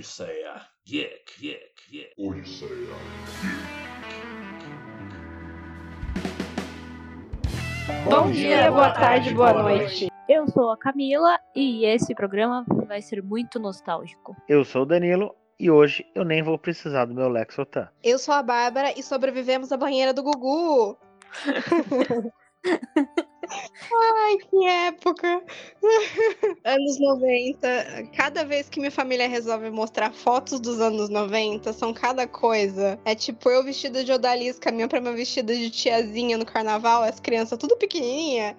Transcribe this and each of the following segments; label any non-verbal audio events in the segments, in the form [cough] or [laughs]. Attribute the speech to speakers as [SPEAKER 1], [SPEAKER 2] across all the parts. [SPEAKER 1] Odisseia. Geek, geek, geek.
[SPEAKER 2] Odisseia.
[SPEAKER 3] Bom dia, boa tarde, boa noite.
[SPEAKER 4] Eu sou a Camila e esse programa vai ser muito nostálgico.
[SPEAKER 5] Eu sou o Danilo e hoje eu nem vou precisar do meu Lexotan.
[SPEAKER 3] Eu sou a Bárbara e sobrevivemos à banheira do [laughs] Gugu. Ai, que época! [laughs] Anos 90. Cada vez que minha família resolve mostrar fotos dos anos 90, são cada coisa. É tipo eu vestida de odalisca, minha prima vestida de tiazinha no carnaval, as crianças tudo pequenininha.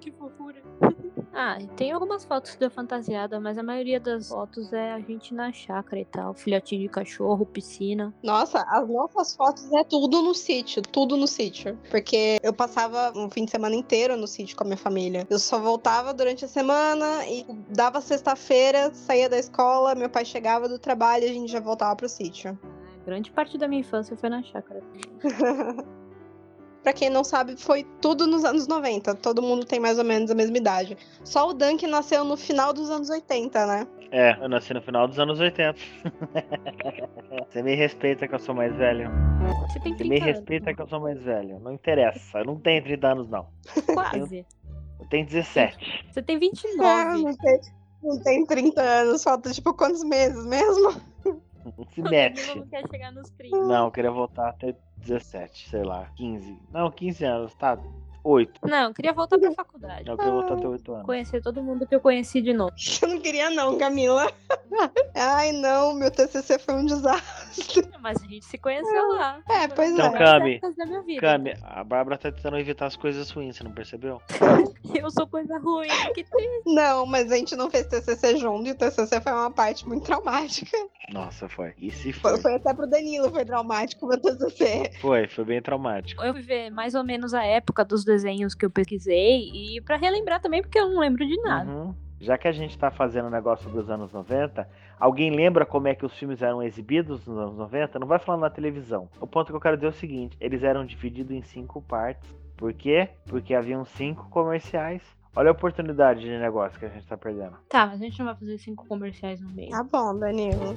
[SPEAKER 4] Que fofura. [laughs] Ah, e tem algumas fotos da fantasiada, mas a maioria das fotos é a gente na chácara e tal. Filhotinho de cachorro, piscina.
[SPEAKER 3] Nossa, as nossas fotos é tudo no sítio, tudo no sítio. Porque eu passava um fim de semana inteiro no sítio com a minha família. Eu só voltava durante a semana e dava sexta-feira, saía da escola, meu pai chegava do trabalho e a gente já voltava pro sítio. [laughs]
[SPEAKER 4] Grande parte da minha infância foi na chácara.
[SPEAKER 3] Pra quem não sabe, foi tudo nos anos 90. Todo mundo tem mais ou menos a mesma idade. Só o Dan que nasceu no final dos anos 80, né?
[SPEAKER 5] É, eu nasci no final dos anos 80. [laughs] Você me respeita que eu sou mais velho.
[SPEAKER 4] Você tem
[SPEAKER 5] Você
[SPEAKER 4] 30
[SPEAKER 5] me
[SPEAKER 4] anos.
[SPEAKER 5] respeita que eu sou mais velho. Não interessa. Eu não tenho 30 anos, não.
[SPEAKER 4] Quase.
[SPEAKER 5] Eu tenho 17.
[SPEAKER 4] Você tem
[SPEAKER 3] Ah,
[SPEAKER 4] 29.
[SPEAKER 3] não tem, não tem 30 anos, falta tipo quantos meses mesmo?
[SPEAKER 5] Não se
[SPEAKER 4] O Danilo
[SPEAKER 5] mete.
[SPEAKER 4] não quer chegar nos 30.
[SPEAKER 5] Não, eu queria voltar até 17, sei lá, 15. Não, 15 anos, tá? 8.
[SPEAKER 4] Não, eu queria voltar pra faculdade.
[SPEAKER 5] Eu queria voltar até 8 anos.
[SPEAKER 4] Conhecer todo mundo que eu conheci de novo.
[SPEAKER 3] [laughs] Eu não queria não, Camila. [laughs] Ai, não, meu TCC foi um desastre.
[SPEAKER 4] Mas a gente se conheceu lá.
[SPEAKER 3] É, pois
[SPEAKER 5] Então,
[SPEAKER 3] é.
[SPEAKER 5] cara- Cami,
[SPEAKER 4] Épocas da minha vida.
[SPEAKER 5] Cami, a Bárbara tá tentando evitar as coisas ruins, você não percebeu?
[SPEAKER 4] Eu sou coisa ruim. Que triste.
[SPEAKER 3] Não, mas a gente não fez TCC junto e o TCC foi uma parte muito traumática.
[SPEAKER 5] Nossa, foi. E se foi?
[SPEAKER 3] [laughs] Foi, foi até pro Danilo, foi traumático o meu TCC.
[SPEAKER 5] Foi, foi bem traumático.
[SPEAKER 4] Eu fui ver mais ou menos a época dos desenhos que eu pesquisei. E pra relembrar também, porque eu não lembro de nada.
[SPEAKER 5] Uhum. Já que a gente tá fazendo negócio dos anos 90, alguém lembra como é que os filmes eram exibidos nos anos 90? Não vai falando na televisão. O ponto que eu quero dizer é o seguinte: eles eram divididos em cinco partes. Por quê? Porque haviam cinco comerciais. Olha a oportunidade de negócio que a gente tá perdendo.
[SPEAKER 4] Tá, mas a gente não vai fazer cinco comerciais no meio.
[SPEAKER 3] Tá bom, Danilo.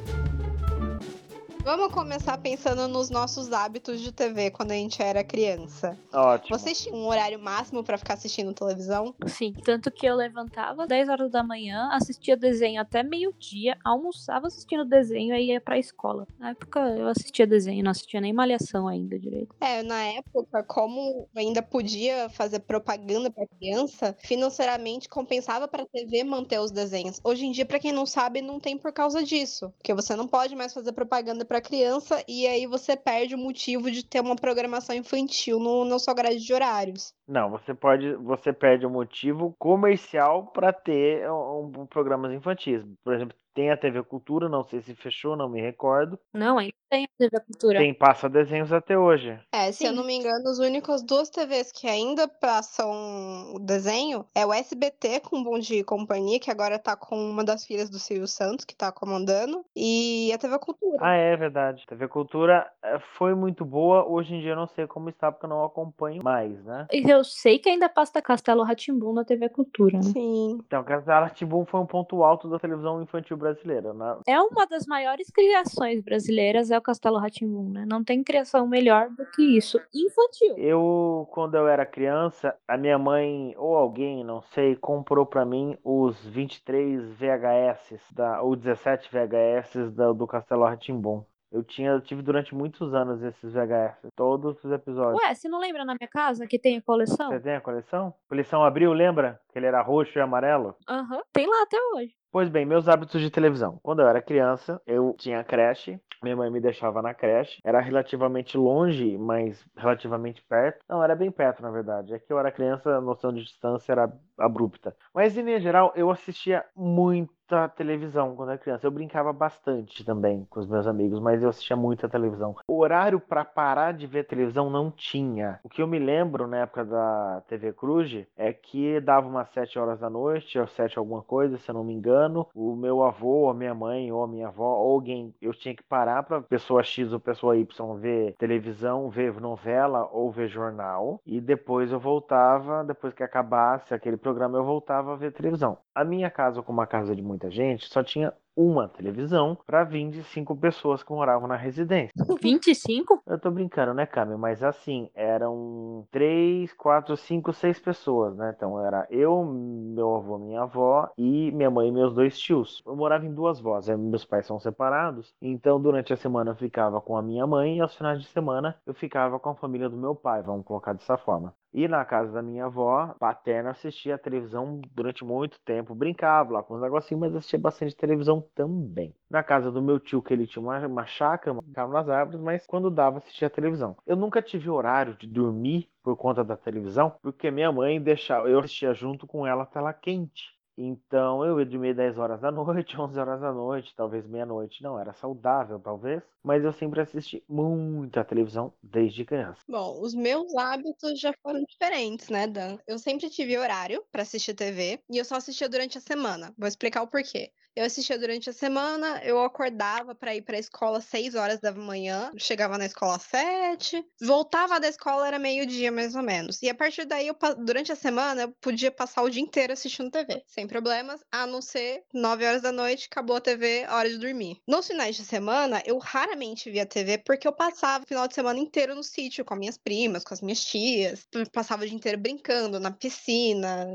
[SPEAKER 3] Vamos começar pensando nos nossos hábitos de TV quando a gente era criança.
[SPEAKER 5] Ótimo.
[SPEAKER 3] Vocês tinham um horário máximo pra ficar assistindo televisão?
[SPEAKER 5] Uhum.
[SPEAKER 4] Sim, tanto que eu levantava 10 horas da manhã, assistia desenho até meio-dia, almoçava assistindo desenho e ia pra escola. Na época eu assistia desenho, não assistia nem malhação ainda direito.
[SPEAKER 3] É, na época, como ainda podia fazer propaganda pra criança, financeiramente compensava pra TV manter os desenhos. Hoje em dia, pra quem não sabe, não tem por causa disso, porque você não pode mais fazer propaganda pra criança e aí você perde o motivo de ter uma programação infantil no, na sua grade de horários.
[SPEAKER 5] Não, você pode, você perde o motivo comercial para ter um, um programas infantis. Por exemplo, tem a TV Cultura, não sei se fechou, não me recordo.
[SPEAKER 4] Não, ainda tem a TV Cultura.
[SPEAKER 5] Tem passa desenhos até hoje.
[SPEAKER 3] É, se eu
[SPEAKER 4] Sim.
[SPEAKER 3] não me engano, as únicas duas TVs que ainda passam o desenho é o SBT com Bom Dia e Companhia, que agora tá com uma das filhas do Silvio Santos, que tá comandando, e a TV Cultura.
[SPEAKER 5] Ah, é verdade. TV Cultura eh, foi muito boa. Hoje em dia eu não sei como está, porque eu não acompanho mais, né?
[SPEAKER 4] E eu sei que ainda passa Castelo Ratimbum na TV Cultura. né?
[SPEAKER 3] Sim.
[SPEAKER 5] Então, Castelo Rá-Tim-Bum foi um ponto alto da televisão infantil brasileira. né?
[SPEAKER 4] É uma das maiores criações brasileiras, é o Castelo Ratimbum, né? Não tem criação melhor do que isso. Infantil.
[SPEAKER 5] Eu, quando eu era criança, a minha mãe ou alguém, não sei, comprou pra mim os 23 VHS da, ou 17 VHS da- do Castelo Rá-Tim-Bum. Eu tinha, eu tive durante muitos anos esses VHS, todos os episódios.
[SPEAKER 4] Ué, você não lembra na minha casa que tem a coleção?
[SPEAKER 5] Você tem a coleção? Coleção Abril, lembra? Que ele era roxo e amarelo?
[SPEAKER 4] Aham, tem lá até hoje. [laughs]
[SPEAKER 5] Pois bem, meus hábitos de televisão. Quando eu era criança, eu tinha creche, minha mãe me deixava na creche. Era relativamente longe, mas relativamente perto. Não, era bem perto, na verdade. É que eu era criança, a noção de distância era abrupta. Mas, em linha geral, eu assistia muita televisão quando era criança. Eu brincava bastante também com os meus amigos, mas eu assistia muita televisão. O horário para parar de ver televisão não tinha. O que eu me lembro na época da TV Cruz é que dava umas 7 horas da noite, ou 7 alguma coisa, se eu não me engano. O meu avô, ou a minha mãe, ou a minha avó, ou alguém, eu tinha que parar para pessoa X ou pessoa Y ver televisão, ver novela ou ver jornal. E depois eu voltava, depois que acabasse aquele programa, eu voltava a ver televisão. A minha casa, como uma casa de muita gente, só tinha uma televisão pra 25 pessoas que moravam na residência.
[SPEAKER 4] 25?
[SPEAKER 5] Eu tô brincando, né, Cami? Mas assim, eram três, quatro, cinco, seis pessoas, né? Então era eu, meu avô, minha avó e minha mãe e meus dois tios. Eu morava em duas vós, eh, meus pais são separados, então durante a semana eu ficava com a minha mãe e aos finais de semana eu ficava com a família do meu pai, vamos colocar dessa forma. E na casa da minha avó, paterna, assistia a televisão durante muito tempo. Brincava lá com os negocinhos, mas assistia bastante televisão também. Na casa do meu tio, que ele tinha uma, uma chácara, ficava nas árvores, mas quando dava, assistia a televisão. Eu nunca tive horário de dormir por conta da televisão, porque minha mãe deixava, eu assistia junto com ela até ela quente. Então eu ia dormir 10 horas da [laughs] noite, 11 horas da noite, talvez meia-noite. Não, era saudável, talvez. Mas eu sempre assisti muita televisão desde criança.
[SPEAKER 3] Bom, os meus hábitos já foram diferentes, né, Dan? Eu sempre tive horário pra assistir TV e eu só assistia durante a semana. Vou explicar o porquê. Eu assistia durante a semana, eu acordava pra ir pra escola às 6 horas da manhã, chegava na escola às 7, voltava da escola era meio-dia mais ou menos. E a partir daí, eu pa- durante a semana, eu podia passar o dia inteiro assistindo TV, sem problemas, a não ser 9 horas da noite, acabou a TV, hora de dormir. Nos finais de semana, eu raramente via TV porque eu passava o final de semana inteiro no sítio com as minhas primas, com as minhas tias, passava o dia inteiro brincando na piscina.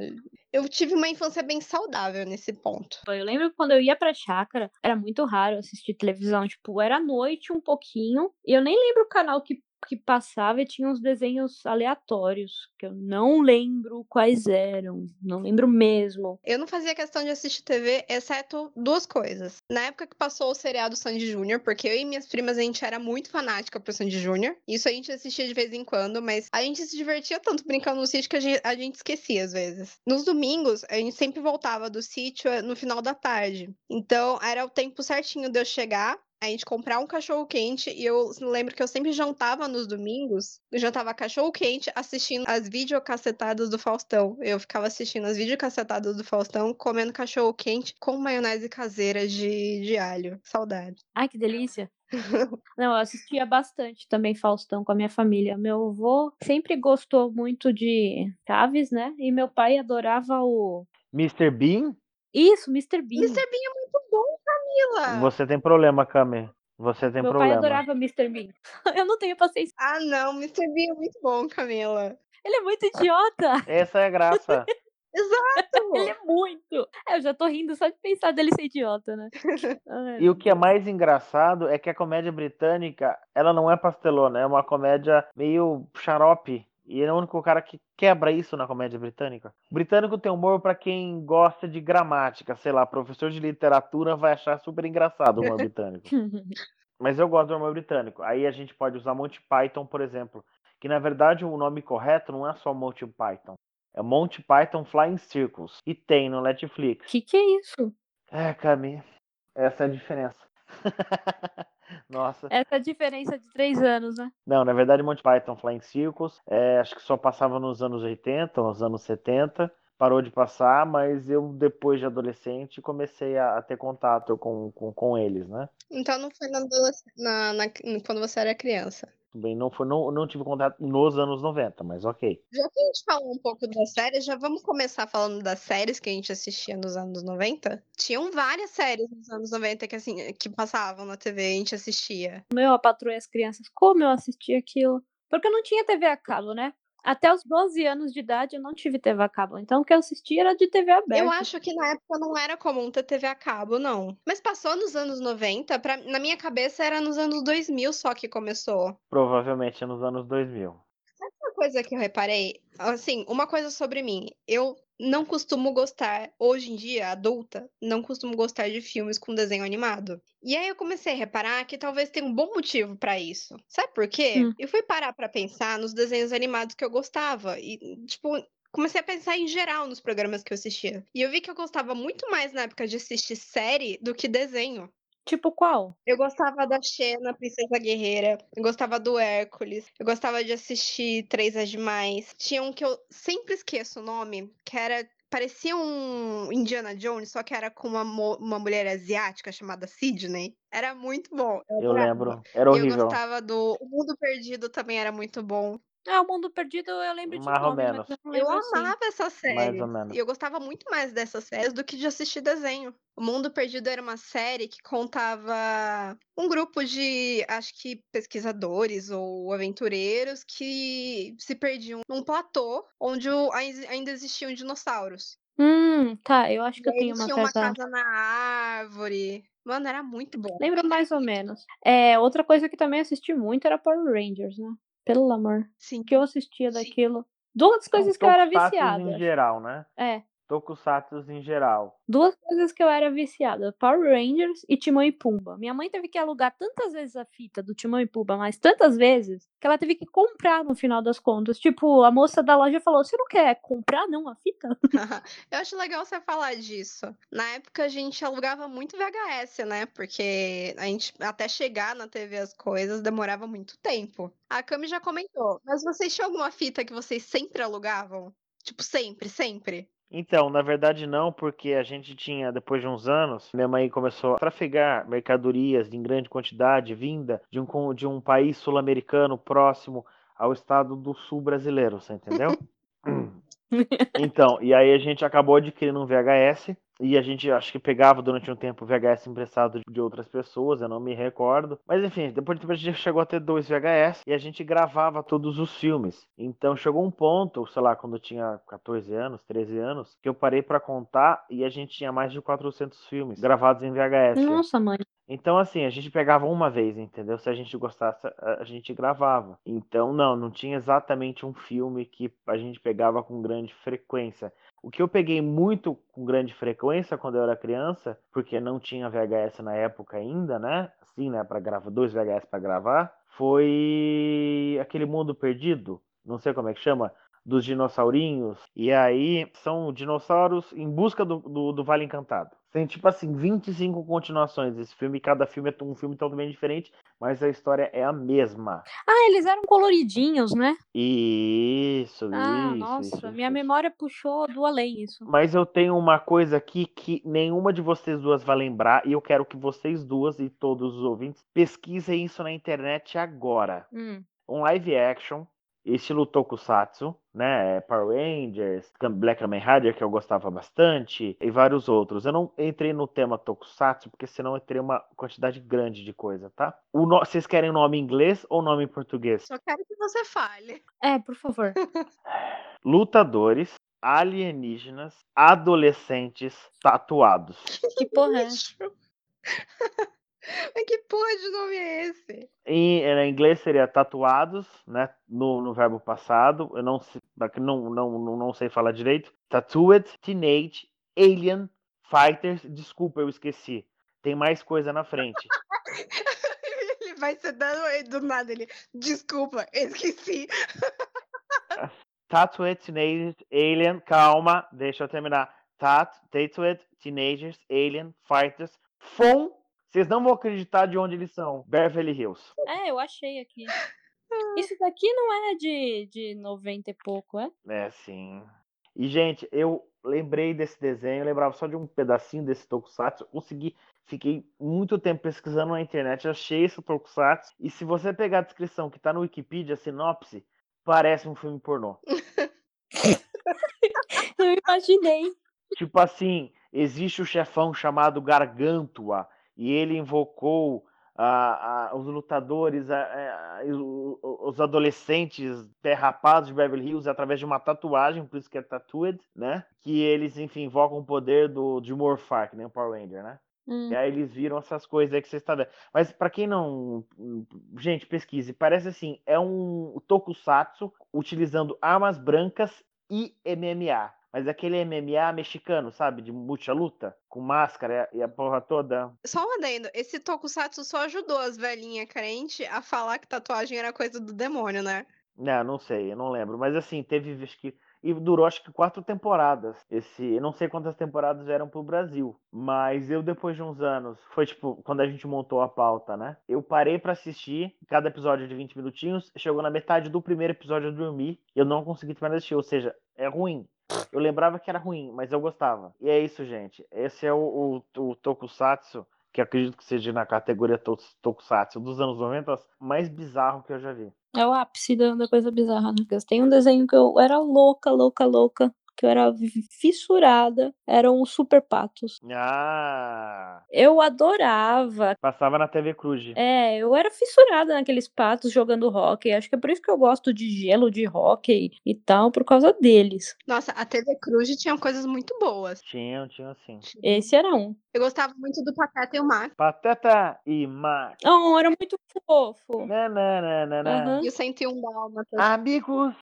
[SPEAKER 3] Eu tive uma infância bem saudável nesse ponto.
[SPEAKER 4] Eu lembro que quando eu ia pra chácara, era muito raro assistir televisão. Tipo, era à noite um pouquinho. E eu nem lembro o canal que, que passava e tinha uns desenhos aleatórios. Que eu não lembro quais eram. Não lembro mesmo.
[SPEAKER 3] Eu não fazia questão de assistir TV, exceto duas coisas. Na época que passou o seriado Sandy Júnior, porque eu e minhas primas a gente era muito fanática pro Sandy Júnior. Isso a gente assistia de vez em quando, mas a gente se divertia tanto brincando no sítio que a gen- a gente, esquecia às vezes. Nos domingos, a gente sempre voltava do sítio eh, no final da tarde. Então, era o tempo certinho de eu chegar. A gente comprar um cachorro quente e eu lembro que eu sempre jantava nos domingos. Eu jantava cachorro quente assistindo as videocassetadas do Faustão. Eu ficava assistindo as videocassetadas do Faustão, comendo cachorro quente com maionese caseira de, de alho. Saudade.
[SPEAKER 4] Ai, que delícia. Não, eu assistia bastante também Faustão com a minha família. Meu avô sempre gostou muito de Chaves, né? E meu pai adorava o.
[SPEAKER 5] Mr. Bean,
[SPEAKER 4] Isso, Mr. Bean.
[SPEAKER 3] Mr. Bean é muito bom, Camila!
[SPEAKER 5] você tem problema, Cami. Você tem
[SPEAKER 4] Ah. Meu pai
[SPEAKER 5] problema.
[SPEAKER 4] adorava Mr. Bean. [laughs] Eu não tenho paciência.
[SPEAKER 3] Ah, não, Mr. Bean é muito bom, Camila.
[SPEAKER 4] Ele é muito idiota.
[SPEAKER 5] Essa é a graça.
[SPEAKER 3] [laughs]
[SPEAKER 4] Ele é muito. É, eu já tô rindo só de pensar dele ser idiota, né? Ai,
[SPEAKER 5] E o que é mais engraçado é que a comédia britânica, ela não é pastelona, é uma comédia meio xarope. E ele é o único cara que quebra isso na comédia britânica. Britânico tem humor pra quem gosta de gramática, sei lá, professor de literatura vai achar super engraçado
[SPEAKER 4] [laughs]
[SPEAKER 5] o humor britânico. Mas eu gosto do humor britânico. Aí a gente pode usar Monty Python, por exemplo. Que na verdade o nome correto não é só Monty Python. É Monty Python Flying Circles. E tem no
[SPEAKER 4] [laughs]
[SPEAKER 5] Netflix.
[SPEAKER 4] que que é isso?
[SPEAKER 5] É, Cami. Essa é a diferença. [laughs] Nossa.
[SPEAKER 4] Essa diferença de três anos, né?
[SPEAKER 5] Não, na verdade, Monty Python Flying Circles, é, acho que só passava nos anos 80, nos anos 70. Parou de passar, mas eu, depois de adolescente, comecei a, a ter contato com, com, com eles, né?
[SPEAKER 3] Então não foi na adolesc- na- na- quando você era criança.
[SPEAKER 5] Tudo Bem, não, foi, não, não tive contato nos anos 90, mas ok.
[SPEAKER 3] Já que a gente falou um pouco das séries, já vamos começar falando das séries que a gente assistia nos anos 90? Tinham várias séries nos anos 90 que, assim, que passavam na TV e a gente assistia.
[SPEAKER 4] Meu, a patroa e as crianças, como eu assisti aquilo? Porque eu não tinha TV a cabo, né? Até os 12 anos de idade eu não tive TV a cabo. Então o que eu assistia era de TV aberta.
[SPEAKER 3] Eu acho que na época não era comum ter TV a cabo, não. Mas passou nos anos 90, pra- na minha cabeça era nos anos 2000 só que começou.
[SPEAKER 5] Provavelmente é nos anos 2000.
[SPEAKER 3] Uma coisa que eu reparei, assim, uma coisa sobre mim. Eu não costumo gostar, hoje em dia, adulta, não costumo gostar de filmes com desenho animado. E aí eu comecei a reparar que talvez tenha um bom motivo pra isso. Sabe por quê?
[SPEAKER 4] Hum.
[SPEAKER 3] Eu fui parar pra pensar nos desenhos animados que eu gostava e, tipo, comecei a pensar em geral nos programas que eu assistia. E eu vi que eu gostava muito mais na época de assistir série do que desenho.
[SPEAKER 4] Tipo qual?
[SPEAKER 3] Eu gostava da Xena, Princesa Guerreira. Eu gostava do Hércules. Eu gostava de assistir Três as Demais. Tinha um que eu sempre esqueço o nome, que era. Parecia um Indiana Jones, só que era com uma, mo- uma mulher asiática chamada Sidney. Era muito bom.
[SPEAKER 5] Eu
[SPEAKER 3] adorava.
[SPEAKER 5] lembro. Era
[SPEAKER 3] Eu
[SPEAKER 5] horrível.
[SPEAKER 3] gostava do. O Mundo Perdido também era muito bom.
[SPEAKER 4] Ah, o Mundo Perdido eu lembro de
[SPEAKER 5] Mais ou
[SPEAKER 4] nome, mas
[SPEAKER 5] menos.
[SPEAKER 4] eu não
[SPEAKER 3] Eu
[SPEAKER 4] lembro assim.
[SPEAKER 3] amava essas
[SPEAKER 5] Mais
[SPEAKER 3] séries.
[SPEAKER 5] ou menos.
[SPEAKER 3] E eu gostava muito mais dessas séries do que de assistir desenho. O Mundo Perdido era uma série que contava um grupo de, acho que, pesquisadores ou aventureiros que se perdiam num platô onde o- ai- ainda existiam dinossauros.
[SPEAKER 4] Hum, tá, eu acho
[SPEAKER 3] E
[SPEAKER 4] que eu
[SPEAKER 3] aí
[SPEAKER 4] tenho
[SPEAKER 3] eles
[SPEAKER 4] uma
[SPEAKER 3] tinham uma
[SPEAKER 4] certa...
[SPEAKER 3] casa na árvore. Mano, era muito bom.
[SPEAKER 4] Lembro mais ou menos. É, outra coisa que também assisti muito era Power Rangers, né? Pelo amor.
[SPEAKER 3] Sim.
[SPEAKER 4] O que eu assistia
[SPEAKER 3] Sim.
[SPEAKER 4] daquilo. Duas coisas que eu era
[SPEAKER 5] Tokusatsu
[SPEAKER 4] viciada.
[SPEAKER 5] Então, em geral, né?
[SPEAKER 4] É,
[SPEAKER 5] Tokusatsu em geral.
[SPEAKER 4] duas coisas que eu era viciada: Power Rangers e Timão e Pumba. Minha mãe teve que alugar tantas vezes a fita do Timão e Pumba, mas tantas vezes, que ela teve que comprar no final das contas. Tipo, a moça da loja falou: Você não quer comprar, não, a fita?
[SPEAKER 3] [laughs] Eu acho legal você falar disso. Na época a gente alugava muito VHS, né? Porque a gente até chegar na TV as coisas demorava muito tempo. A Cami já comentou, mas vocês tinham alguma fita que vocês sempre alugavam? Tipo, sempre, sempre?
[SPEAKER 5] Então, na verdade não, porque a gente tinha, depois de uns anos, minha mãe começou a trafegar mercadorias em grande quantidade, vinda de um, con- de um país sul-americano próximo ao estado do sul brasileiro, você entendeu? Hum. então, e aí a gente acabou adquirindo um VHS, e a gente acho que pegava durante um tempo VHS emprestado de- de outras pessoas, eu não me recordo. Mas enfim, depois de um tempo a gente chegou a ter dois VHS e a gente gravava todos os filmes. Então chegou um ponto, sei lá, quando eu tinha 14 anos, 13 anos, que eu parei pra contar e a gente tinha mais de 400 filmes gravados em VHS.
[SPEAKER 4] [laughs] Nossa, mãe.
[SPEAKER 5] Então, assim, a gente pegava uma vez, entendeu? Se a gente gostasse, a a gente gravava. Então, não, não tinha exatamente um filme que a gente pegava com grande frequência. O que eu peguei muito com grande frequência quando eu era criança, porque não tinha VHS na época ainda, né? Assim, né? Para gravar, dois VHS para gravar, foi aquele Mundo Perdido, não sei como é que chama, dos dinossaurinhos. E aí são dinossauros em busca do, do, do Vale Encantado. Tem, tipo assim, 25 continuações desse filme. Cada filme é um filme totalmente diferente, mas a história é a mesma.
[SPEAKER 4] Ah, eles eram coloridinhos, né?
[SPEAKER 5] Isso,
[SPEAKER 4] Ah,
[SPEAKER 5] isso.
[SPEAKER 4] nossa,
[SPEAKER 5] isso,
[SPEAKER 4] minha
[SPEAKER 5] isso.
[SPEAKER 4] memória puxou do além isso.
[SPEAKER 5] Mas eu tenho uma coisa aqui que nenhuma de vocês duas vai lembrar, e eu quero que vocês duas e todos os ouvintes pesquisem isso na internet agora.
[SPEAKER 4] Hum.
[SPEAKER 5] um live action, estilo Tokusatsu, né? é, Power Rangers, Cam- Black Kamen Rider, que eu gostava bastante, e vários outros. Eu não entrei no tema Tokusatsu, porque senão eu teria uma quantidade grande de coisa, tá? O no- Vocês querem nome em inglês ou nome em português?
[SPEAKER 3] Só quero que você fale. [laughs]
[SPEAKER 4] É, por favor.
[SPEAKER 5] Lutadores, alienígenas, adolescentes tatuados.
[SPEAKER 4] Que porra é?
[SPEAKER 3] Bicho. [laughs] Mas que porra de nome é esse? [laughs]
[SPEAKER 5] Em, em inglês seria tatuados, né? No, no verbo passado. Eu não, se- não, não, não, não sei falar direito. Tattooed, teenage, alien, fighters. Desculpa, eu esqueci. Tem mais coisa na frente.
[SPEAKER 3] Ele vai ser dando aí do nada ele. Desculpa, esqueci.
[SPEAKER 5] Tattooed, teenage, alien. Calma, deixa eu terminar. Tat, tattooed, teenagers, alien, fighters. Fon. Vocês não vão acreditar de onde eles são. Beverly Hills.
[SPEAKER 4] É, eu achei aqui. Isso daqui não é de, de 90 e pouco, é?
[SPEAKER 5] É, sim. E, gente, eu lembrei desse desenho, eu lembrava só de um pedacinho desse Tokusatsu. Eu consegui, fiquei muito tempo pesquisando na internet, achei esse Tokusatsu. E se você pegar a descrição que tá no Wikipedia, a sinopse, parece um filme pornô.
[SPEAKER 4] Eu imaginei.
[SPEAKER 5] Tipo assim, existe o chefão chamado Gargantua e ele invocou ah, ah, os lutadores, ah, ah, e o- o- os adolescentes derrapados de Beverly Hills através de uma tatuagem, por isso que é Tattooed, né? Que eles, enfim, invocam o poder do, de morfar, que nem o Power Ranger, né?
[SPEAKER 4] Hum.
[SPEAKER 5] E aí eles viram essas coisas aí que vocês estão vendo. Mas pra quem não. Gente, pesquise. Parece assim: é um tokusatsu utilizando armas brancas e MMA. Mas é aquele MMA mexicano, sabe? De muita luta, com máscara e a porra toda.
[SPEAKER 3] Só um adendo, esse Tokusatsu só ajudou as velhinhas crentes a falar que tatuagem era coisa do demônio, né?
[SPEAKER 5] É, Não, não sei, eu não lembro. Mas assim, teve vez que. E durou acho que quatro temporadas. Esse. Eu não sei quantas temporadas vieram pro Brasil. Mas eu, depois de uns anos, foi tipo, quando a gente montou a pauta, né? Eu parei pra assistir cada episódio de 20 minutinhos. Chegou na metade do primeiro episódio, eu dormi. Eu não consegui terminar de assistir. Ou seja, é ruim. Eu lembrava que era ruim, mas eu gostava. E é isso, gente. Esse é o, o, o Tokusatsu, que acredito que seja na categoria tos- Tokusatsu dos anos 90, mais bizarro que eu já vi.
[SPEAKER 4] É o ápice da, da coisa bizarra, né? Porque Tem um desenho que eu era louca, louca, louca. Que eu era vi- fissurada. Eram os super patos.
[SPEAKER 5] Ah!
[SPEAKER 4] Eu adorava.
[SPEAKER 5] Passava na TV Cruz.
[SPEAKER 4] É, eu era fissurada naqueles patos jogando hóquei. Acho que é por isso que eu gosto de gelo, de hóquei e tal, por causa deles.
[SPEAKER 3] Nossa, a TV Cruz tinha coisas muito boas.
[SPEAKER 5] Tinha, tinha assim.
[SPEAKER 4] Esse era um.
[SPEAKER 3] Eu gostava muito do Pateta e o Max
[SPEAKER 5] Pateta e Max.
[SPEAKER 4] Oh, era muito fofo.
[SPEAKER 5] Nananana.
[SPEAKER 4] Aham.
[SPEAKER 3] e um o 101
[SPEAKER 5] Ah.
[SPEAKER 3] Dálmatas.
[SPEAKER 5] Amigos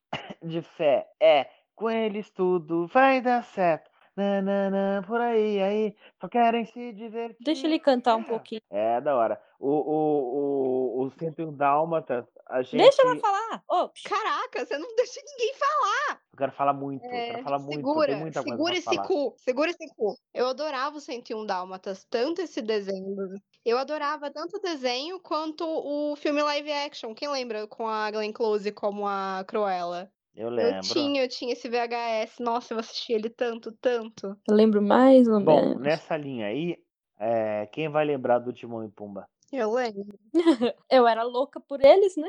[SPEAKER 5] de fé, é, com eles tudo vai dar certo. Nananã, por aí, aí, só querem se divertir.
[SPEAKER 4] Deixa ele cantar um
[SPEAKER 5] É.
[SPEAKER 4] pouquinho.
[SPEAKER 5] É, da hora. O, o, o, o 101 Dálmatas, a gente.
[SPEAKER 4] Deixa ela falar. Ô,
[SPEAKER 3] Caraca, você não deixa ninguém falar.
[SPEAKER 5] Eu quero falar muito, eu
[SPEAKER 3] É,
[SPEAKER 5] quero falar muito.
[SPEAKER 3] segura,
[SPEAKER 5] tem muita
[SPEAKER 3] segura
[SPEAKER 5] coisa pra
[SPEAKER 3] esse
[SPEAKER 5] falar.
[SPEAKER 3] cu, segura esse cu. Eu adorava o 101 Dálmatas, tá? tanto esse desenho. Eu adorava tanto o desenho quanto o filme live action. Quem lembra com a Glenn Close como a Cruella?
[SPEAKER 5] Eu lembro.
[SPEAKER 3] Eu tinha, eu tinha esse VHS. Nossa, eu assisti ele tanto, tanto.
[SPEAKER 4] eu lembro mais ou
[SPEAKER 5] Bom, né?
[SPEAKER 4] menos.
[SPEAKER 5] nessa linha aí, é, quem vai lembrar do Timão e Pumba?
[SPEAKER 3] Eu lembro.
[SPEAKER 4] Eu era louca por eles, né?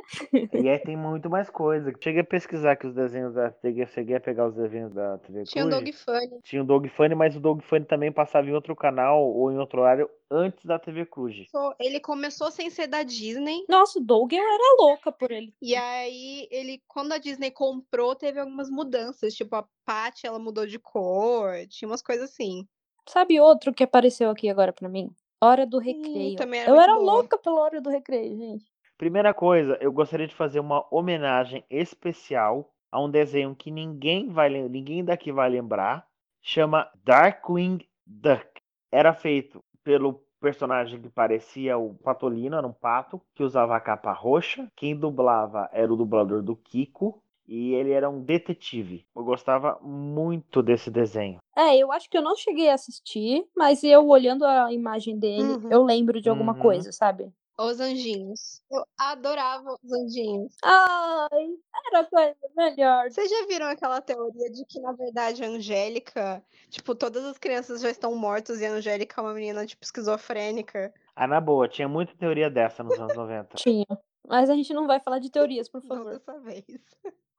[SPEAKER 5] E aí tem muito mais coisa. Cheguei a pesquisar que os desenhos da TV, cheguei a pegar os desenhos da TV
[SPEAKER 3] Tinha o
[SPEAKER 5] Cruz.
[SPEAKER 3] Dog Funny.
[SPEAKER 5] Tinha o Dog Funny, mas o Dog Funny também passava em outro canal ou em outro horário antes da TV Cruz.
[SPEAKER 3] Só- Ele começou sem ser da Disney.
[SPEAKER 4] Nossa, o Doug, eu era louca por ele.
[SPEAKER 3] E aí, ele, quando a Disney comprou, teve algumas mudanças. Tipo, a Patty, ela mudou de cor. Tinha umas coisas assim.
[SPEAKER 4] Sabe outro que apareceu aqui agora pra mim? Hora do
[SPEAKER 3] Hum,
[SPEAKER 4] recreio.
[SPEAKER 3] também era
[SPEAKER 4] eu
[SPEAKER 3] muito
[SPEAKER 4] era
[SPEAKER 3] boa.
[SPEAKER 4] louca pela hora do recreio, gente.
[SPEAKER 5] Primeira coisa, eu gostaria de fazer uma homenagem especial a um desenho que ninguém vai lem- ninguém daqui vai lembrar, chama Darkwing Duck. Era feito pelo personagem que parecia o Patolino, era um pato que usava a capa roxa. Quem dublava era o dublador do Kiko e ele era um detetive. Eu gostava muito desse desenho.
[SPEAKER 4] É, eu acho que eu não cheguei a assistir, mas eu olhando a imagem dele,
[SPEAKER 3] Uhum.
[SPEAKER 4] eu lembro de alguma
[SPEAKER 5] Uhum.
[SPEAKER 4] coisa, sabe?
[SPEAKER 3] Os anjinhos. Eu adorava os anjinhos.
[SPEAKER 4] Ai, era coisa melhor.
[SPEAKER 3] Vocês já viram aquela teoria de que, na verdade, a Angélica, tipo, todas as crianças já estão mortas e a Angélica é uma menina, tipo, esquizofrênica?
[SPEAKER 5] Ah, na boa, tinha muita teoria dessa nos
[SPEAKER 4] [laughs]
[SPEAKER 5] anos 90.
[SPEAKER 4] Tinha. Mas a gente não vai falar de teorias, por
[SPEAKER 3] Não
[SPEAKER 4] favor.
[SPEAKER 3] dessa vez.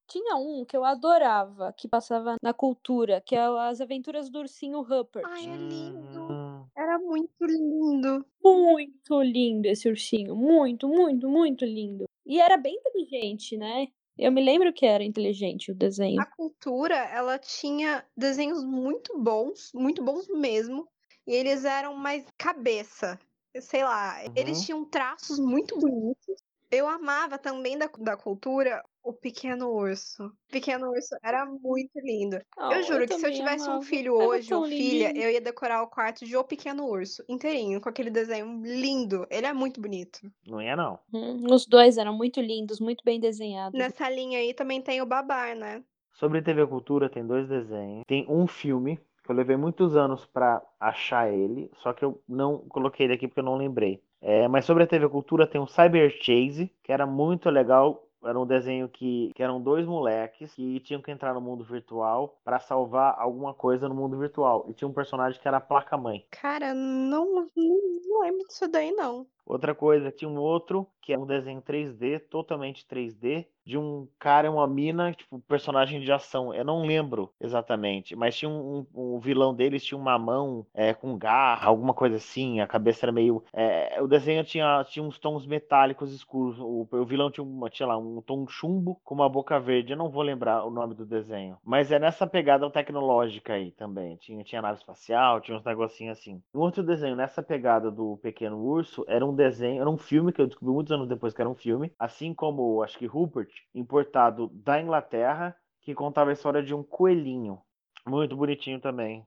[SPEAKER 4] Tinha um que eu adorava, que passava na cultura, que é As Aventuras do Ursinho Rupert.
[SPEAKER 3] Ai, é lindo.
[SPEAKER 5] Hum,
[SPEAKER 3] Era muito lindo.
[SPEAKER 4] Muito lindo esse ursinho. Muito, muito, muito lindo. E era bem inteligente, né? Eu me lembro que era inteligente o desenho.
[SPEAKER 3] A cultura, ela tinha desenhos muito bons, muito bons mesmo. E eles eram mais cabeça. Sei lá, eles
[SPEAKER 5] Uhum.
[SPEAKER 3] tinham traços muito bonitos. Eu amava também da, da cultura o Pequeno Urso. O Pequeno Urso era muito lindo.
[SPEAKER 4] Ah,
[SPEAKER 3] eu juro que se eu
[SPEAKER 4] também
[SPEAKER 3] tivesse um
[SPEAKER 4] amava.
[SPEAKER 3] filho
[SPEAKER 4] Era
[SPEAKER 3] hoje ou
[SPEAKER 4] tão
[SPEAKER 3] filha,
[SPEAKER 4] lindinho.
[SPEAKER 3] eu ia decorar o quarto de O Pequeno Urso inteirinho, com aquele desenho lindo. Ele é muito bonito.
[SPEAKER 4] Uhum.
[SPEAKER 5] não ia não.
[SPEAKER 4] Hum, Os dois eram muito lindos, muito bem desenhados.
[SPEAKER 3] Nessa linha aí também tem o Babar, né?
[SPEAKER 5] Sobre TV Cultura tem dois desenhos. Tem um filme que eu levei muitos anos pra achar ele, só que eu não coloquei ele aqui porque eu não lembrei. É, mas sobre a TV Cultura tem um Cyber Chase, que era muito legal. Era um desenho que, que eram dois moleques que tinham que entrar no mundo virtual pra salvar alguma coisa no mundo virtual. E tinha um personagem que era a placa-mãe.
[SPEAKER 3] Cara, não, não, não lembro disso daí, não.
[SPEAKER 5] Outra coisa, tinha um outro que é um desenho 3D, totalmente 3D, de um cara e uma mina, tipo, personagem de ação. Eu não lembro exatamente, mas tinha um, um- um vilão deles, tinha uma mão é, com garra, alguma coisa assim, a cabeça era meio. é, o desenho tinha, tinha uns tons metálicos escuros. O, o vilão tinha, uma, tinha lá um tom chumbo com uma boca verde. Eu não vou lembrar o nome do desenho. Mas é nessa pegada tecnológica aí também. Tinha, tinha nave espacial, tinha uns negocinhos assim. Um outro desenho nessa pegada do Pequeno Urso era um desenho, era um filme que eu descobri muitos anos depois que era um filme. Assim como, acho que Rupert, importado da Inglaterra, que contava a história de um coelhinho. Muito bonitinho também.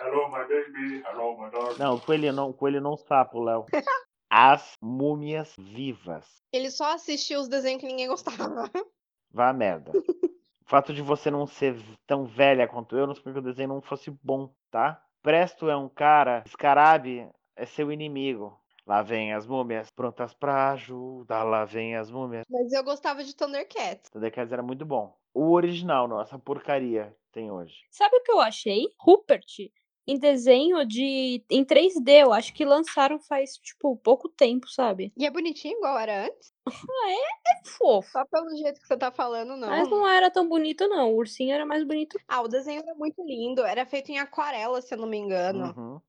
[SPEAKER 1] Hello, my baby. Hello, my darling.
[SPEAKER 5] Não, coelhinho não, coelho não sapo, Léo. As múmias vivas.
[SPEAKER 3] Ele só assistia os desenhos que ninguém [laughs] gostava.
[SPEAKER 5] Vá à merda. O fato de você não ser tão velha quanto eu não significa que o desenho não fosse bom, tá? Presto é um cara, Scarabe é seu inimigo. Lá vem as múmias prontas pra ajudar, lá vem as múmias. é
[SPEAKER 3] Mas eu gostava de Thundercats.
[SPEAKER 5] Thundercats era muito bom. O original, nossa porcaria, tem hoje.
[SPEAKER 4] Sabe o que eu achei? Rupert em desenho de em 3D, eu acho que lançaram faz tipo pouco tempo, sabe?
[SPEAKER 3] E é bonitinho igual era antes?
[SPEAKER 4] É fofo.
[SPEAKER 3] Só pelo jeito que você tá falando, não.
[SPEAKER 4] Mas não era tão bonito não, o ursinho era mais bonito.
[SPEAKER 3] Ah, o desenho era muito lindo. Era feito em aquarela, se eu não me
[SPEAKER 4] Ah, Hum,
[SPEAKER 3] engano.
[SPEAKER 5] Uhum.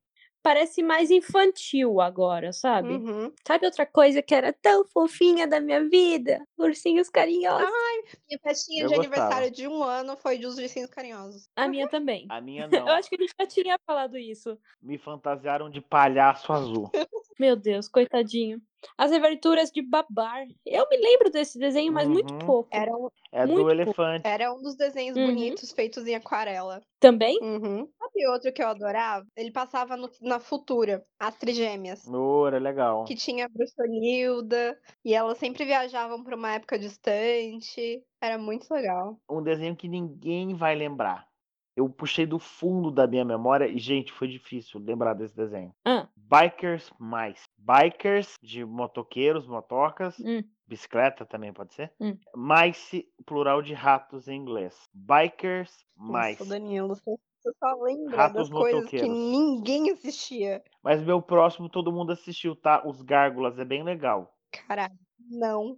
[SPEAKER 4] Parece mais infantil agora, sabe?
[SPEAKER 3] Uhum.
[SPEAKER 4] Sabe outra coisa que era tão fofinha da minha vida? Ursinhos carinhosos.
[SPEAKER 5] Ah,
[SPEAKER 3] Minha festinha
[SPEAKER 5] Eu
[SPEAKER 3] de
[SPEAKER 5] gostava.
[SPEAKER 3] aniversário de um ano foi de os ursinhos carinhosos.
[SPEAKER 4] A minha também. [laughs]
[SPEAKER 5] A minha
[SPEAKER 4] Eu
[SPEAKER 5] não.
[SPEAKER 4] acho que ele já tinha falado isso.
[SPEAKER 5] Me fantasiaram de palhaço azul.
[SPEAKER 4] Meu Deus, coitadinho. As aventuras de Babar. Eu me lembro desse desenho, mas muito
[SPEAKER 5] Uhum.
[SPEAKER 4] pouco.
[SPEAKER 3] Era um,
[SPEAKER 5] É
[SPEAKER 4] Muito
[SPEAKER 5] do elefante.
[SPEAKER 3] era um dos desenhos
[SPEAKER 4] Uhum.
[SPEAKER 3] bonitos feitos em aquarela.
[SPEAKER 4] Também?
[SPEAKER 3] Uhum. Sabe outro que eu adorava? Ele passava no- na Futura, as Trigêmeas.
[SPEAKER 5] Oh, era legal.
[SPEAKER 3] Que tinha a Bruxonilda. E elas sempre viajavam pra uma época distante. Era muito legal.
[SPEAKER 5] um desenho que ninguém vai lembrar. Eu puxei do fundo da minha memória e, gente, foi difícil lembrar desse desenho.
[SPEAKER 4] Ah.
[SPEAKER 5] Bikers mais. Bikers de motoqueiros, motocas.
[SPEAKER 4] Hum.
[SPEAKER 5] Bicicleta também pode ser.
[SPEAKER 4] Hum.
[SPEAKER 5] Mice, plural de ratos em inglês. Bikers mais.
[SPEAKER 3] Nossa, Danilo, você você só lembra das
[SPEAKER 5] Ratos
[SPEAKER 3] coisas que
[SPEAKER 5] motoqueiros.
[SPEAKER 3] ninguém assistia.
[SPEAKER 5] Mas meu próximo todo mundo assistiu, tá? Os Gárgulas, é bem legal.
[SPEAKER 3] Caralho, não.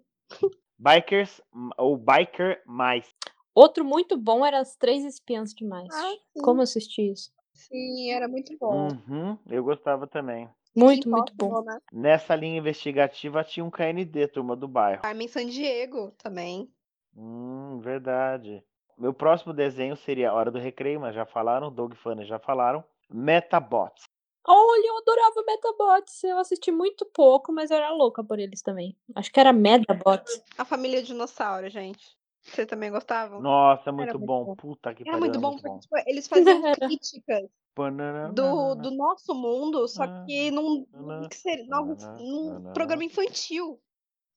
[SPEAKER 5] Bikers m- ou Biker mais.
[SPEAKER 4] Outro muito bom era As Três Espiãs Demais.
[SPEAKER 3] Ah, sim.
[SPEAKER 4] Como eu assisti isso?
[SPEAKER 3] Sim, era muito bom.
[SPEAKER 5] Uhum, eu gostava também.
[SPEAKER 4] Muito, muito bom.
[SPEAKER 3] Né?
[SPEAKER 5] Nessa linha investigativa tinha um KND, turma do bairro.
[SPEAKER 3] Carmen San Diego também.
[SPEAKER 5] Hum, verdade. Meu próximo desenho seria Hora do Recreio, mas já falaram, Dog Funny já falaram. Metabots.
[SPEAKER 4] Olha, eu adorava Metabots. Eu assisti muito pouco, mas eu era louca por eles também. Acho que era Metabots.
[SPEAKER 3] A família dinossauro, gente. Vocês também gostavam?
[SPEAKER 5] Nossa, muito,
[SPEAKER 3] muito
[SPEAKER 5] bom.
[SPEAKER 3] bom.
[SPEAKER 5] Puta que
[SPEAKER 3] Era
[SPEAKER 5] pariu,
[SPEAKER 3] muito
[SPEAKER 5] era
[SPEAKER 3] bom
[SPEAKER 5] muito
[SPEAKER 3] porque
[SPEAKER 5] bom.
[SPEAKER 3] tipo, eles faziam
[SPEAKER 4] [laughs] Era.
[SPEAKER 3] críticas
[SPEAKER 5] Pananana,
[SPEAKER 3] do, do nosso mundo, só
[SPEAKER 5] Ah,
[SPEAKER 3] que num,
[SPEAKER 5] nananana,
[SPEAKER 3] que seria, num,
[SPEAKER 5] nananana,
[SPEAKER 3] num
[SPEAKER 5] nananana.
[SPEAKER 3] programa infantil.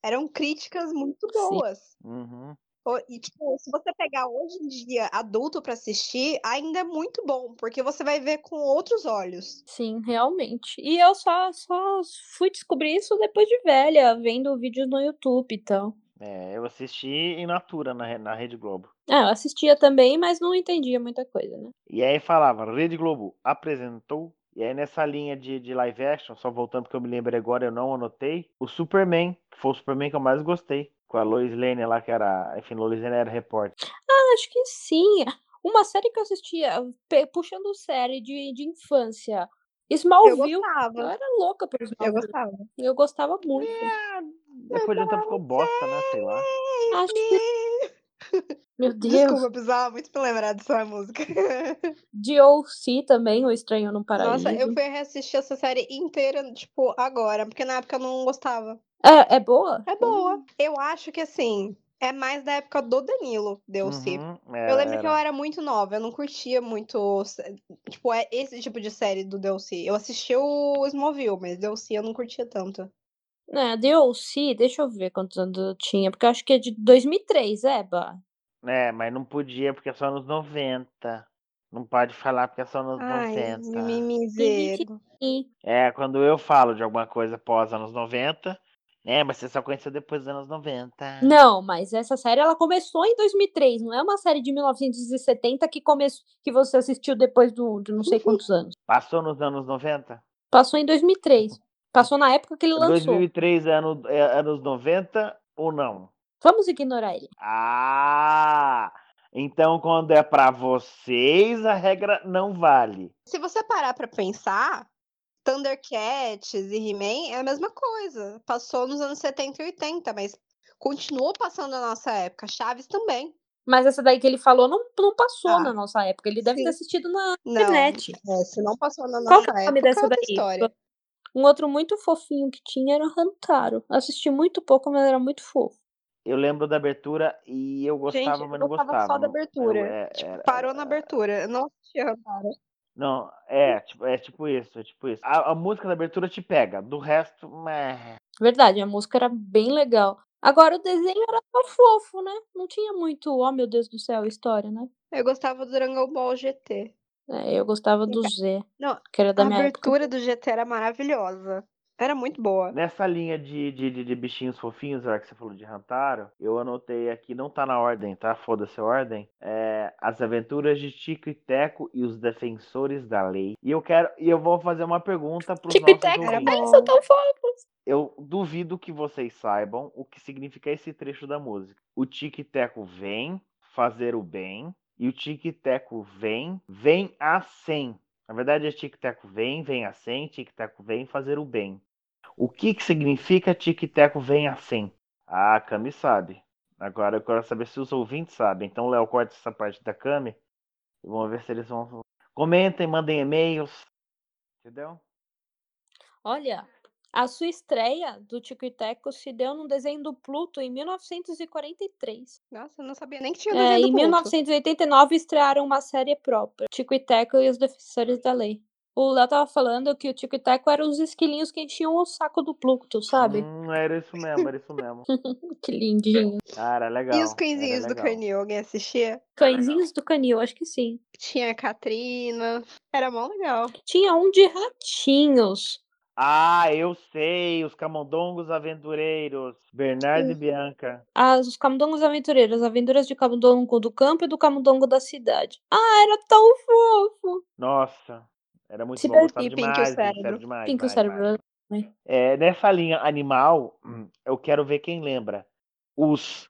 [SPEAKER 3] Eram críticas muito
[SPEAKER 4] Sim.
[SPEAKER 3] boas.
[SPEAKER 5] Uhum.
[SPEAKER 3] Pô, E, tipo, se você pegar hoje em dia adulto pra assistir, ainda é muito bom, porque você vai ver com outros olhos.
[SPEAKER 4] Sim, realmente. E eu só, só fui descobrir isso depois de velha, vendo vídeos no YouTube e tal.
[SPEAKER 5] É, eu assisti em Natura na, re- na Rede Globo.
[SPEAKER 4] Ah, eu assistia também, mas não entendia muita coisa, né?
[SPEAKER 5] E aí falava, Rede Globo apresentou. E aí nessa linha de, de live action, só voltando que eu me lembro agora, eu não anotei. O Superman, que foi o Superman que eu mais gostei. Com a Lois Lane lá, que era. Enfim, Lois Lane era repórter.
[SPEAKER 4] Ah, acho que sim. Uma série que eu assistia, pe- puxando série de, de infância.
[SPEAKER 3] Eu
[SPEAKER 4] Smallville. Eu
[SPEAKER 3] gostava.
[SPEAKER 4] era louca por
[SPEAKER 3] Eu
[SPEAKER 4] Smallville.
[SPEAKER 3] gostava.
[SPEAKER 4] Eu gostava muito.
[SPEAKER 5] Depois de um tempo ficou bosta, né? Sei lá.
[SPEAKER 4] Acho que. Meu Deus.
[SPEAKER 3] [laughs] Desculpa, precisava muito pra lembrar dessa música. [laughs]
[SPEAKER 4] De OC também, O Estranho no Paraíso.
[SPEAKER 3] Nossa, eu fui reassistir essa série inteira, tipo, agora, porque na época eu não gostava.
[SPEAKER 4] é, é boa?
[SPEAKER 3] É boa. Eu acho que, assim, é mais da época do Danilo, Deu-se.
[SPEAKER 5] Uhum,
[SPEAKER 3] Eu
[SPEAKER 5] era,
[SPEAKER 3] lembro que eu
[SPEAKER 5] era.
[SPEAKER 3] era muito nova, eu não curtia muito, sé- tipo, é- esse tipo de série do DLC. Eu assisti o Smallville, mas DLC eu não curtia tanto.
[SPEAKER 4] É, de OC, deixa eu ver quantos anos eu tinha, porque eu acho que é de 2003, é, bah.
[SPEAKER 5] É, mas não podia porque é só nos 90. Não pode falar porque é só nos
[SPEAKER 3] Ai,
[SPEAKER 5] 90.
[SPEAKER 3] mimimizeiro.
[SPEAKER 4] E
[SPEAKER 5] É, quando eu falo de alguma coisa pós anos 90, né? Mas você só conheceu depois dos anos 90.
[SPEAKER 4] Não, mas essa série ela começou em 2003, não é uma série de 1970 que começou que você assistiu depois do, de não
[SPEAKER 3] Uhum.
[SPEAKER 4] sei quantos anos.
[SPEAKER 5] Passou nos anos 90?
[SPEAKER 4] Passou em 2003. Passou na época que ele lançou.
[SPEAKER 5] 2003 é ano, é anos 90 ou não?
[SPEAKER 4] Vamos ignorar ele.
[SPEAKER 5] Ah! Então quando é pra vocês, a regra não vale.
[SPEAKER 3] Se você parar pra pensar, Thundercats e He-Man é a mesma coisa. Passou nos anos 70 e 80, mas continuou passando na nossa época. Chaves também.
[SPEAKER 4] Mas essa daí que ele falou não, não passou
[SPEAKER 3] Ah,
[SPEAKER 4] na nossa época. Ele deve ter
[SPEAKER 3] sim.
[SPEAKER 4] assistido na
[SPEAKER 3] Não,
[SPEAKER 4] internet.
[SPEAKER 3] é, se não passou na
[SPEAKER 4] Qual
[SPEAKER 3] nossa
[SPEAKER 4] que é o nome
[SPEAKER 3] época,
[SPEAKER 4] dessa
[SPEAKER 3] é outra
[SPEAKER 4] daí?
[SPEAKER 3] história.
[SPEAKER 4] Um outro muito fofinho que tinha era o Rantaro. Assisti muito pouco, mas era muito fofo.
[SPEAKER 5] Eu lembro da abertura e eu gostava,
[SPEAKER 3] Gente, eu
[SPEAKER 5] mas não
[SPEAKER 3] gostava
[SPEAKER 5] gostava.
[SPEAKER 3] só da
[SPEAKER 5] não-
[SPEAKER 3] abertura.
[SPEAKER 5] eu- é-
[SPEAKER 3] Tipo,
[SPEAKER 5] era-
[SPEAKER 3] parou na abertura. Eu não assistia Rantaro.
[SPEAKER 5] não, é, tipo, é tipo isso, é tipo isso. A, a música da abertura te pega, do resto, meh.
[SPEAKER 4] Verdade, a música era bem legal. Agora o desenho era só fofo, né? Não tinha muito, oh meu Deus do céu, história, né?
[SPEAKER 3] Eu gostava do Dragon Ball GT.
[SPEAKER 4] É, eu gostava do
[SPEAKER 3] Então,
[SPEAKER 4] Z,
[SPEAKER 3] não,
[SPEAKER 4] que era
[SPEAKER 3] A
[SPEAKER 4] da minha época.
[SPEAKER 3] abertura do GT era maravilhosa. Era muito boa.
[SPEAKER 5] Nessa linha de, de, de- de bichinhos fofinhos, já que você falou de Rantaro, eu anotei aqui, não tá na ordem, tá? Foda-se a ordem. É, As Aventuras de Tico e Teco e os Defensores da Lei. E eu quero. E eu vou fazer uma pergunta pros
[SPEAKER 4] Tico e
[SPEAKER 5] nossos
[SPEAKER 4] Teco, tá
[SPEAKER 3] Era
[SPEAKER 5] ouvintes.
[SPEAKER 4] eles são tão fofos.
[SPEAKER 5] Eu duvido que vocês saibam o que significa esse trecho da música. O Tico e Teco vem fazer o bem. E o Tico e Teco vem, vem a 100. Na verdade, é Tico e Teco vem, vem a 100. Tico e Teco vem fazer o bem. O que, que significa tic-teco vem assim? Ah, a Cami sabe. Agora eu quero saber se os ouvintes sabem. Então, Léo, corta essa parte da Cami. E vamos ver se eles vão. Comentem, mandem e-mails. Entendeu?
[SPEAKER 4] Olha, a sua estreia do Tico e Teco se deu num desenho do Pluto em 1943.
[SPEAKER 3] Nossa, eu não sabia nem que tinha
[SPEAKER 4] É,
[SPEAKER 3] desenho
[SPEAKER 4] em
[SPEAKER 3] do Pluto.
[SPEAKER 4] 1989 estrearam uma série própria, Tico e Teco e os Defensores da Lei. O Léo tava falando que o Tico e Teco eram os esquilinhos que enchiam o saco do Pluto, sabe?
[SPEAKER 5] Hum, era isso mesmo, era isso mesmo.
[SPEAKER 4] Que lindinho.
[SPEAKER 5] Cara, legal.
[SPEAKER 3] E os
[SPEAKER 5] era
[SPEAKER 3] cãezinhos do
[SPEAKER 5] legal.
[SPEAKER 3] Canil, alguém assistia?
[SPEAKER 4] Cãezinhos do Canil, acho que sim.
[SPEAKER 3] Tinha a Catrina. Era mó legal.
[SPEAKER 4] Tinha um de ratinhos.
[SPEAKER 5] Ah, eu sei. Os camundongos aventureiros. Bernardo e Bianca.
[SPEAKER 4] As, os camundongos aventureiros, aventuras de camundongo do campo e do camundongo da cidade. Ah, era tão fofo!
[SPEAKER 5] Nossa, era muito
[SPEAKER 4] Se
[SPEAKER 5] bom. Gostava
[SPEAKER 3] permitem que o
[SPEAKER 5] demais, gente,
[SPEAKER 3] cérebro- né?
[SPEAKER 5] sério, demais.
[SPEAKER 4] Quem que o
[SPEAKER 5] demais,
[SPEAKER 4] cérebro
[SPEAKER 5] demais. É, nessa linha animal, hum, eu quero ver quem lembra. Os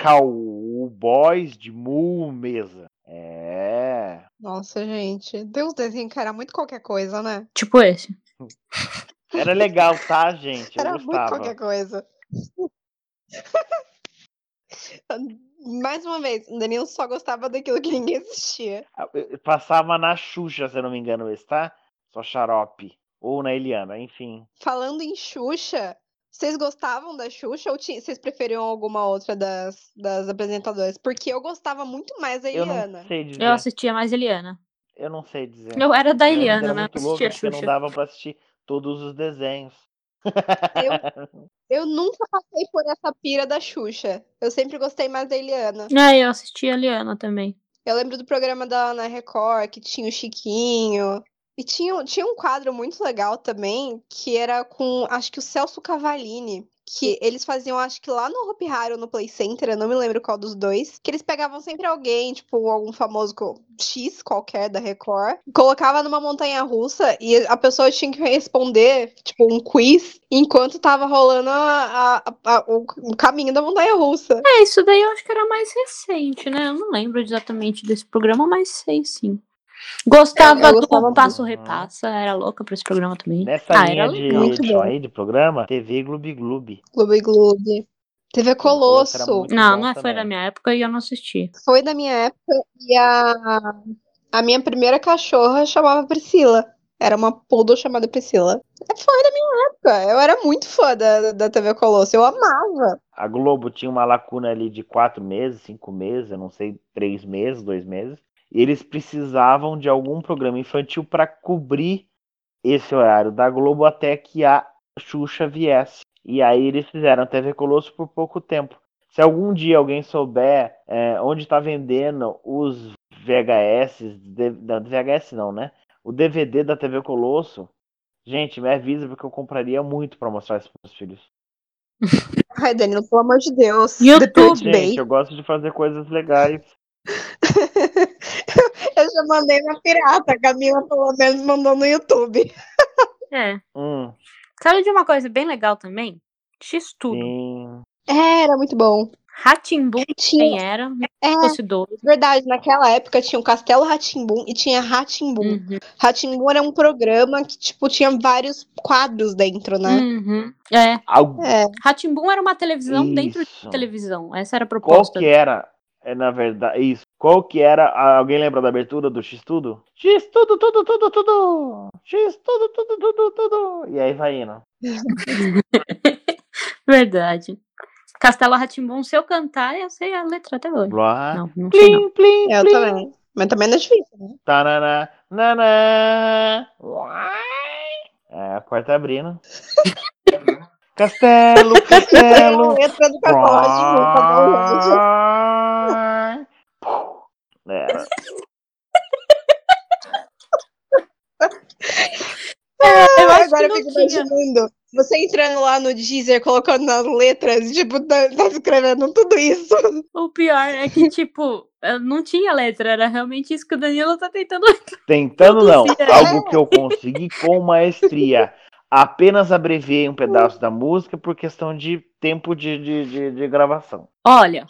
[SPEAKER 5] cowboys de Mesa. É.
[SPEAKER 3] Nossa, gente. Deus desenho que era muito qualquer coisa, né?
[SPEAKER 4] Tipo esse.
[SPEAKER 5] Era legal, tá, gente? Eu
[SPEAKER 3] Era muito
[SPEAKER 5] gostava.
[SPEAKER 3] qualquer coisa. [laughs] Mais uma vez, o Danilo só gostava daquilo que ninguém assistia.
[SPEAKER 5] Ah, eu- eu Passava na Xuxa, se eu não me engano, esse, tá? Só xarope. Ou na Eliana, enfim.
[SPEAKER 3] Falando em Xuxa, vocês gostavam da Xuxa ou ti- vocês preferiam alguma outra das, das apresentadoras? Porque eu gostava muito mais da
[SPEAKER 5] Eu
[SPEAKER 3] Eliana.
[SPEAKER 5] não [laughs] sei dizer.
[SPEAKER 4] Eu assistia mais Eliana.
[SPEAKER 5] Eu não sei dizer.
[SPEAKER 4] Eu era da
[SPEAKER 5] Eu ainda É. era
[SPEAKER 4] Eliana, né?
[SPEAKER 5] muito
[SPEAKER 4] Eu
[SPEAKER 5] louco
[SPEAKER 4] assistia
[SPEAKER 5] porque não
[SPEAKER 4] Xuxa.
[SPEAKER 5] dava pra assistir todos os desenhos.
[SPEAKER 3] Eu nunca passei por essa pira da Xuxa. Eu sempre gostei mais da Eliana.
[SPEAKER 4] É, eu assistia a Eliana também.
[SPEAKER 3] Eu lembro do programa da na Record, que tinha o Chiquinho. E tinha, tinha um quadro muito legal também, que era com, acho que o Celso Cavalini. Que eles faziam, acho que lá no Hopi Hari ou no Play Center, eu não me lembro qual dos dois. Que eles pegavam sempre alguém, tipo, algum famoso co- X qualquer da Record. Colocava numa montanha russa e a pessoa tinha que responder, tipo, um quiz. Enquanto tava rolando a- a- a- o o caminho da montanha russa.
[SPEAKER 4] É, isso daí eu acho que era mais recente, né? Eu não lembro exatamente desse programa, mas sei sim. É, Gostava,
[SPEAKER 3] Eu- eu gostava
[SPEAKER 4] do Passo
[SPEAKER 5] muito.
[SPEAKER 4] Repassa, era louca pra esse programa também.
[SPEAKER 5] Nessa
[SPEAKER 4] ah, era
[SPEAKER 5] linha
[SPEAKER 4] legal.
[SPEAKER 5] de,
[SPEAKER 3] Muito
[SPEAKER 5] de,
[SPEAKER 3] bom.
[SPEAKER 5] aí, de programa, TV Gloob Gloob.
[SPEAKER 3] Gloob Gloob. TV
[SPEAKER 5] Colosso era
[SPEAKER 3] Colosso.
[SPEAKER 5] muito
[SPEAKER 4] Não,
[SPEAKER 5] bom
[SPEAKER 4] não é- foi da
[SPEAKER 5] também.
[SPEAKER 4] minha época e eu não assisti.
[SPEAKER 3] Foi da minha época e a, a minha primeira cachorra chamava Priscila. Era uma poodle chamada Priscila. É, Foi da minha época. Eu era muito fã da, da TV Colosso. Eu amava.
[SPEAKER 5] A Globo tinha uma lacuna ali de quatro meses, cinco meses, eu não sei, três meses, dois meses. E eles precisavam de algum programa infantil para cobrir esse horário da Globo até que a Xuxa viesse. E aí eles fizeram a TV Colosso por pouco tempo. Se algum dia alguém souber é, onde está vendendo os VHS, de- da- VHS não, né? O DVD da TV Colosso, gente, me avisa porque eu compraria muito para mostrar isso para meus filhos.
[SPEAKER 3] Ai, Danilo, pelo amor de Deus.
[SPEAKER 4] YouTube.
[SPEAKER 3] Depois de bem.
[SPEAKER 5] Gente, eu gosto de fazer coisas legais.
[SPEAKER 3] Eu já mandei na pirata. A Camila, pelo menos, mandou no YouTube.
[SPEAKER 4] É.
[SPEAKER 5] Hum,
[SPEAKER 4] Sabe de uma coisa bem legal também? X-Tudo.
[SPEAKER 5] sim.
[SPEAKER 3] É, era muito bom.
[SPEAKER 5] É
[SPEAKER 4] Ratimbum
[SPEAKER 3] Tinha.
[SPEAKER 4] quem era, não
[SPEAKER 3] É,
[SPEAKER 4] fosse doido.
[SPEAKER 3] verdade. Naquela época tinha o Castelo Ratimbum e tinha Ratimbum.
[SPEAKER 4] Uhum.
[SPEAKER 3] Ratimbum era um programa que, tipo, tinha vários quadros dentro, né?
[SPEAKER 4] Uhum. É.
[SPEAKER 5] Algo
[SPEAKER 3] É.
[SPEAKER 4] Ratimbum era uma televisão dentro
[SPEAKER 5] Isso.
[SPEAKER 4] de televisão. Essa era a
[SPEAKER 5] Qual
[SPEAKER 4] proposta.
[SPEAKER 5] que era? É, na verdade, isso. Qual que era? ah, Alguém lembra da abertura do X-Tudo? X-Tudo, tudo, tudo, tudo! X-Tudo, tudo, tudo, tudo! E aí vai indo.
[SPEAKER 4] Verdade. Castelo Ratimbum, se eu cantar, eu sei a letra até hoje.
[SPEAKER 5] Blá.
[SPEAKER 4] Não, não sei não.
[SPEAKER 5] Plim, plim,
[SPEAKER 3] Eu
[SPEAKER 5] plim.
[SPEAKER 3] também. Mas também não é difícil, né?
[SPEAKER 5] Tananá, naná. Uai. É, a porta abrindo. Castelo,
[SPEAKER 3] [laughs]
[SPEAKER 5] castelo.
[SPEAKER 3] letra do tá
[SPEAKER 5] Uai. É, Era.
[SPEAKER 4] eu acho que
[SPEAKER 3] Agora eu
[SPEAKER 4] não
[SPEAKER 3] fico
[SPEAKER 4] tinha.
[SPEAKER 3] imaginando Você entrando lá no Deezer, colocando nas letras, tipo, tá, tá escrevendo tudo isso.
[SPEAKER 4] O pior é que, tipo, eu não tinha letra, era realmente isso que o Danilo tá tentando.
[SPEAKER 5] Tentando não,
[SPEAKER 4] Produzir, é.
[SPEAKER 5] algo que eu consegui com maestria. Apenas abreviei um pedaço da música por questão de tempo de, de, de, de gravação. [laughs]
[SPEAKER 4] Olha,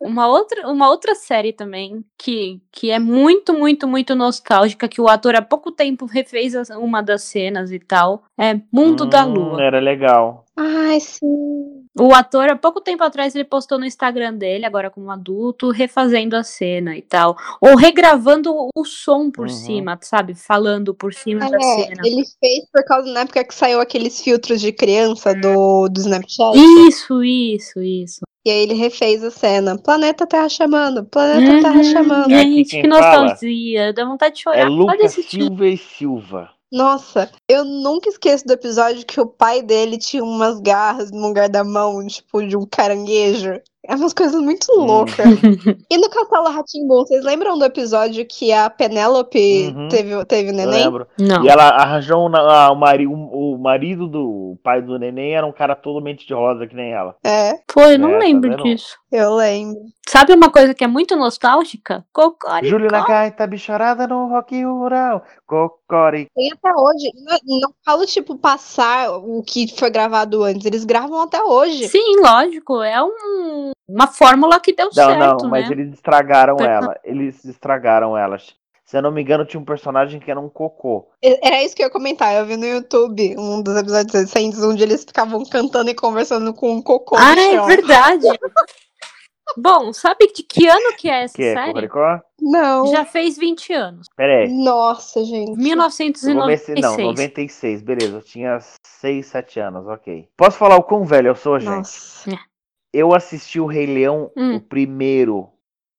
[SPEAKER 4] uma outra, uma outra série também que, que é muito, muito, muito nostálgica, que o ator há pouco tempo refez as- uma das cenas e tal, é Mundo da
[SPEAKER 5] Hum,
[SPEAKER 4] Lua.
[SPEAKER 5] Era legal.
[SPEAKER 3] Ai, sim.
[SPEAKER 4] O ator, há pouco tempo atrás, ele postou no Instagram dele, agora como adulto, refazendo a cena e tal. Ou regravando o som por
[SPEAKER 5] Uhum.
[SPEAKER 4] cima, sabe? Falando por cima da
[SPEAKER 3] É,
[SPEAKER 4] cena.
[SPEAKER 3] ele fez por causa na época que saiu aqueles filtros de criança do, do Snapchat.
[SPEAKER 4] Isso, isso, isso.
[SPEAKER 3] E aí ele refez a cena. Planeta Terra chamando, planeta Terra
[SPEAKER 4] Uhum,
[SPEAKER 3] chamando.
[SPEAKER 5] Aqui
[SPEAKER 4] Gente,
[SPEAKER 5] É quem
[SPEAKER 4] que nostalgia. Dá vontade de chorar.
[SPEAKER 5] É
[SPEAKER 4] só
[SPEAKER 5] Lucas
[SPEAKER 4] desse tipo.
[SPEAKER 5] Silva e Silva.
[SPEAKER 3] Nossa, eu nunca esqueço do episódio que o pai dele tinha umas garras no lugar da mão, tipo, de um caranguejo. É umas coisas muito
[SPEAKER 4] [laughs]
[SPEAKER 5] Hum.
[SPEAKER 3] loucas. E no Castelo Rá-Tim-Bum, vocês lembram do episódio que a Penélope
[SPEAKER 5] Uhum.
[SPEAKER 3] teve, teve
[SPEAKER 5] Eu
[SPEAKER 3] neném?
[SPEAKER 5] lembro.
[SPEAKER 4] Não.
[SPEAKER 5] E ela arranjou um, na- o, mari- um- o marido do o pai do neném, era um cara totalmente de rosa que nem ela.
[SPEAKER 3] É,
[SPEAKER 4] Pô, eu não
[SPEAKER 5] É, tá
[SPEAKER 4] lembro
[SPEAKER 5] vendo?
[SPEAKER 4] disso.
[SPEAKER 3] eu lembro.
[SPEAKER 4] Sabe uma coisa que é muito nostálgica? Cocoricó.
[SPEAKER 5] Júlio né? na gaita, bicharada no rock rural. Cocore.
[SPEAKER 3] Tem até hoje. E Não, e não falo, tipo, passar o que foi gravado antes. Eles gravam até hoje.
[SPEAKER 4] Sim, lógico. É um- uma fórmula que deu
[SPEAKER 5] Não,
[SPEAKER 4] certo,
[SPEAKER 5] não, mas
[SPEAKER 4] né?
[SPEAKER 5] eles estragaram
[SPEAKER 4] Person-
[SPEAKER 5] ela. Eles estragaram elas. Se eu não me engano, tinha um personagem que era um cocô.
[SPEAKER 3] E- Era isso que eu ia comentar. Eu vi no YouTube um dos episódios recentes onde eles ficavam cantando e conversando com um cocô
[SPEAKER 4] Ah,
[SPEAKER 3] no
[SPEAKER 4] é
[SPEAKER 3] chão.
[SPEAKER 4] verdade. Bom, sabe de que ano que é essa
[SPEAKER 5] Que é
[SPEAKER 4] série?
[SPEAKER 5] Cocoricó?
[SPEAKER 3] Não.
[SPEAKER 4] Já fez 20 anos.
[SPEAKER 5] Pera aí.
[SPEAKER 3] Nossa, gente.
[SPEAKER 4] 1996.
[SPEAKER 5] Eu comecei, não, 96, beleza. Eu tinha 6, 7 anos, ok. Posso falar o quão velho eu sou, gente?
[SPEAKER 3] Nossa.
[SPEAKER 5] Eu assisti o Rei Leão,
[SPEAKER 4] Hum.
[SPEAKER 5] o primeiro,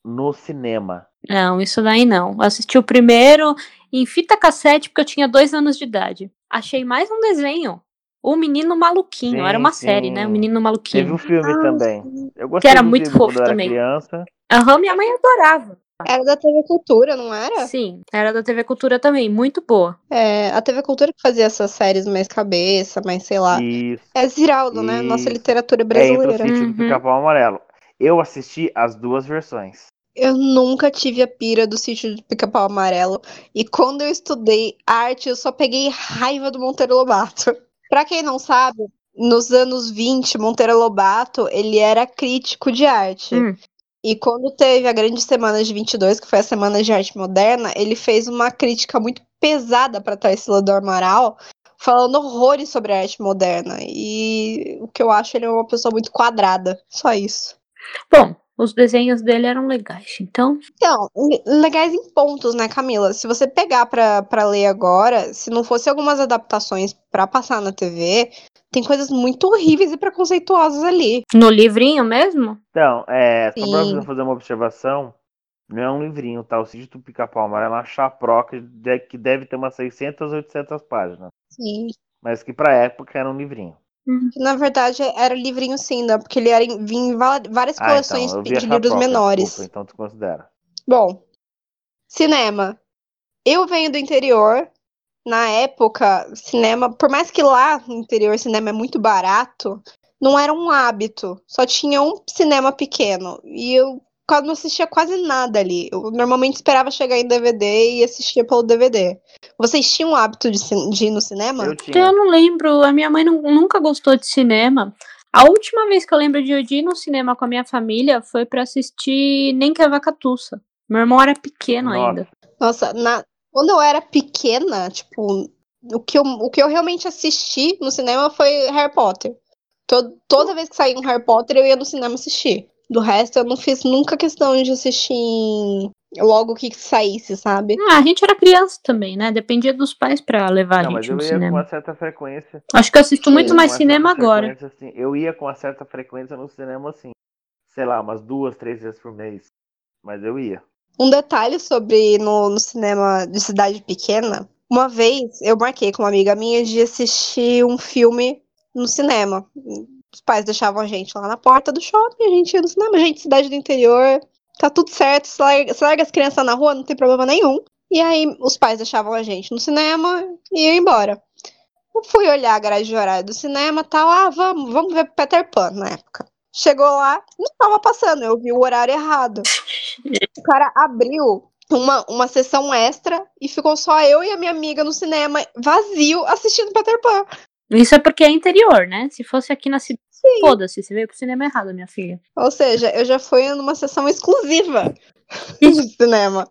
[SPEAKER 5] no cinema.
[SPEAKER 4] Não, isso daí não. Eu Assisti o primeiro em fita cassete porque eu tinha dois anos de idade. Achei mais um desenho. O Menino Maluquinho. Era
[SPEAKER 5] Sim,
[SPEAKER 4] uma série, né? O
[SPEAKER 5] sim.
[SPEAKER 4] Menino
[SPEAKER 5] Teve
[SPEAKER 4] Maluquinho.
[SPEAKER 5] um filme
[SPEAKER 3] Ah,
[SPEAKER 5] também.
[SPEAKER 3] sim.
[SPEAKER 5] Eu gostei
[SPEAKER 4] Que era
[SPEAKER 5] do
[SPEAKER 4] muito
[SPEAKER 5] filme quando
[SPEAKER 4] fofo
[SPEAKER 5] eu era
[SPEAKER 4] também.
[SPEAKER 5] criança.
[SPEAKER 4] Aham, minha mãe adorava.
[SPEAKER 3] Era da TV Cultura, não era?
[SPEAKER 4] Sim, era da TV Cultura também. Muito boa.
[SPEAKER 3] É, a TV Cultura que fazia essas séries mais cabeça, mais sei lá.
[SPEAKER 5] Isso.
[SPEAKER 3] É Ziraldo, né? Nossa
[SPEAKER 5] Isso.
[SPEAKER 3] literatura
[SPEAKER 5] É, entra o
[SPEAKER 3] brasileira.
[SPEAKER 5] sítio do
[SPEAKER 4] Uhum.
[SPEAKER 5] Pica-Pau Amarelo. Eu assisti as duas versões.
[SPEAKER 3] Eu nunca tive a pira do sítio de pica-pau amarelo. E quando eu estudei arte, eu só peguei raiva do Monteiro Lobato. [laughs] Pra quem não sabe, nos anos 20, Monteiro Lobato, ele era crítico de arte.
[SPEAKER 4] Hum.
[SPEAKER 3] E quando teve a grande semana de 22, que foi a semana de arte moderna, ele fez uma crítica muito pesada para Tarsila do Amaral, falando horrores sobre a arte moderna. E o que eu acho, ele é uma pessoa muito quadrada. Só isso.
[SPEAKER 4] Bom, os desenhos dele eram legais. Então,
[SPEAKER 3] Então, le- legais em pontos, né, Camila? Se você pegar pra, pra ler agora, se não fosse algumas adaptações pra passar na TV, tem coisas muito horríveis e preconceituosas ali.
[SPEAKER 4] no livrinho mesmo?
[SPEAKER 5] Então, é, só pra
[SPEAKER 3] Sim.
[SPEAKER 5] você fazer uma observação, não é um livrinho, tá? O sítio do Pica-Pau Amarelo é uma chaproca de- que deve ter umas 600, 800 páginas.
[SPEAKER 3] Sim.
[SPEAKER 5] Mas que pra época era um livrinho.
[SPEAKER 3] Que, na verdade, era livrinho sim, né? Porque ele era em, vinha em va- várias
[SPEAKER 5] Ah, então,
[SPEAKER 3] coleções
[SPEAKER 5] eu vi a
[SPEAKER 3] de livros
[SPEAKER 5] chaproca,
[SPEAKER 3] menores.
[SPEAKER 5] desculpa, então tu considera.
[SPEAKER 3] Bom, cinema. Eu venho do interior. Na época, cinema, por mais que lá no interior cinema é muito barato, não era um hábito. Só tinha um cinema pequeno. E eu quase não assistia quase nada ali. Eu normalmente esperava chegar em DVD e assistia pelo DVD. Vocês tinham o hábito de, cin- de ir no cinema?
[SPEAKER 5] Eu
[SPEAKER 4] Eu
[SPEAKER 5] tinha.
[SPEAKER 4] não lembro. A minha mãe nu- nunca gostou de cinema. A última vez que eu lembro de eu ir no cinema com a minha família foi pra assistir Nem Que a Vaca Tussa. Meu irmão era pequeno
[SPEAKER 5] Nossa.
[SPEAKER 4] ainda.
[SPEAKER 3] Nossa, na- quando eu era pequena, tipo, o que, eu, o que eu realmente assisti no cinema foi Harry Potter. To- toda vez que saía um Harry Potter, eu ia no cinema assistir. Do resto, eu não fiz nunca questão de assistir em- logo que saísse, sabe?
[SPEAKER 4] Ah, a gente era criança também, né? Dependia dos pais pra levar
[SPEAKER 5] Não,
[SPEAKER 4] a
[SPEAKER 5] mas
[SPEAKER 4] gente
[SPEAKER 5] eu
[SPEAKER 4] no
[SPEAKER 5] ia com
[SPEAKER 4] um cinema.
[SPEAKER 5] uma certa frequência.
[SPEAKER 4] Acho que eu assisto
[SPEAKER 3] Sim.
[SPEAKER 4] muito
[SPEAKER 5] Com uma
[SPEAKER 4] mais
[SPEAKER 5] certa
[SPEAKER 4] cinema agora.
[SPEAKER 5] frequência, assim, eu ia com uma certa frequência no cinema, assim, sei lá, umas duas, três vezes por mês. Mas eu ia.
[SPEAKER 3] Um detalhe sobre no, no cinema de cidade pequena. Uma vez eu marquei com uma amiga minha de assistir um filme no cinema. Os pais deixavam a gente lá na porta do shopping, a gente ia no cinema, gente, cidade do interior, tá tudo certo, se larga, se larga as crianças na rua, não tem problema nenhum. E aí os pais deixavam a gente no cinema e ia embora. Eu fui olhar a grade de horário do cinema tal. Ah, vamos, vamos ver Peter Pan na época. Chegou lá, não tava passando, eu vi o horário errado. O cara abriu uma, uma sessão extra e ficou só eu e a minha amiga no cinema, vazio, assistindo Peter Pan.
[SPEAKER 4] Isso é porque é interior, né? Se fosse aqui na cidade,
[SPEAKER 3] Sim.
[SPEAKER 4] foda-se, você veio pro cinema errado, minha filha.
[SPEAKER 3] Ou seja, eu já fui numa sessão exclusiva [laughs] de cinema.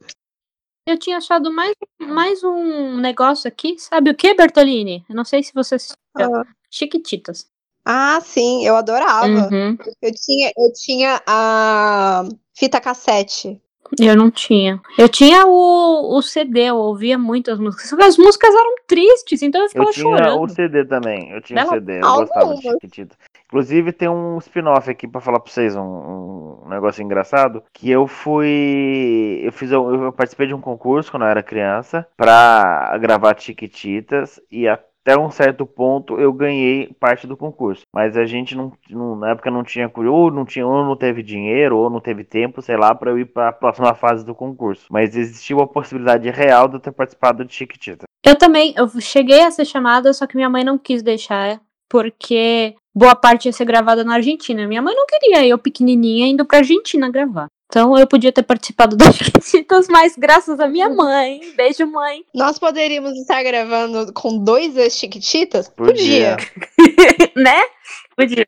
[SPEAKER 4] Eu tinha achado mais, mais um negócio aqui, sabe o que, Bertolini? Eu não sei se você assistiu.
[SPEAKER 3] Ah.
[SPEAKER 4] Chiquititas.
[SPEAKER 3] Ah, sim, eu adorava.
[SPEAKER 4] Uhum.
[SPEAKER 3] Eu tinha, eu tinha a fita cassete.
[SPEAKER 4] Eu não tinha. Eu tinha o, o CD, eu ouvia muitas músicas. Só que As músicas eram tristes, então eu
[SPEAKER 5] Eu
[SPEAKER 4] ficava
[SPEAKER 5] tinha
[SPEAKER 4] chorando.
[SPEAKER 5] o CD também. Eu tinha o
[SPEAKER 4] Bela
[SPEAKER 5] CD, eu
[SPEAKER 3] palma,
[SPEAKER 5] gostava de
[SPEAKER 3] mas-
[SPEAKER 5] Chiquitita. Inclusive, tem um spin-off aqui pra falar pra vocês, um, um negócio engraçado. Que eu fui. Eu fiz um- eu participei de um concurso quando eu era criança pra gravar Chiquititas e até um certo ponto eu ganhei parte do concurso, mas a gente não, não- na época não tinha cu- ou não tinha ou não teve dinheiro ou não teve tempo, sei lá, pra eu ir pra próxima [laughs] fase do concurso. Mas existiu a possibilidade real de eu ter participado de Chiquititas.
[SPEAKER 4] Eu também, eu cheguei a ser chamada, só que minha mãe não quis deixar, porque boa parte ia ser gravada na Argentina. Minha mãe não queria, eu pequenininha indo pra Argentina gravar. Então eu podia ter participado [laughs] das Chiquititas, mas graças a minha mãe, beijo mãe, [laughs]
[SPEAKER 3] Nós poderíamos estar gravando com dois ex-chiquititas?
[SPEAKER 5] Podia.
[SPEAKER 4] né? Podia.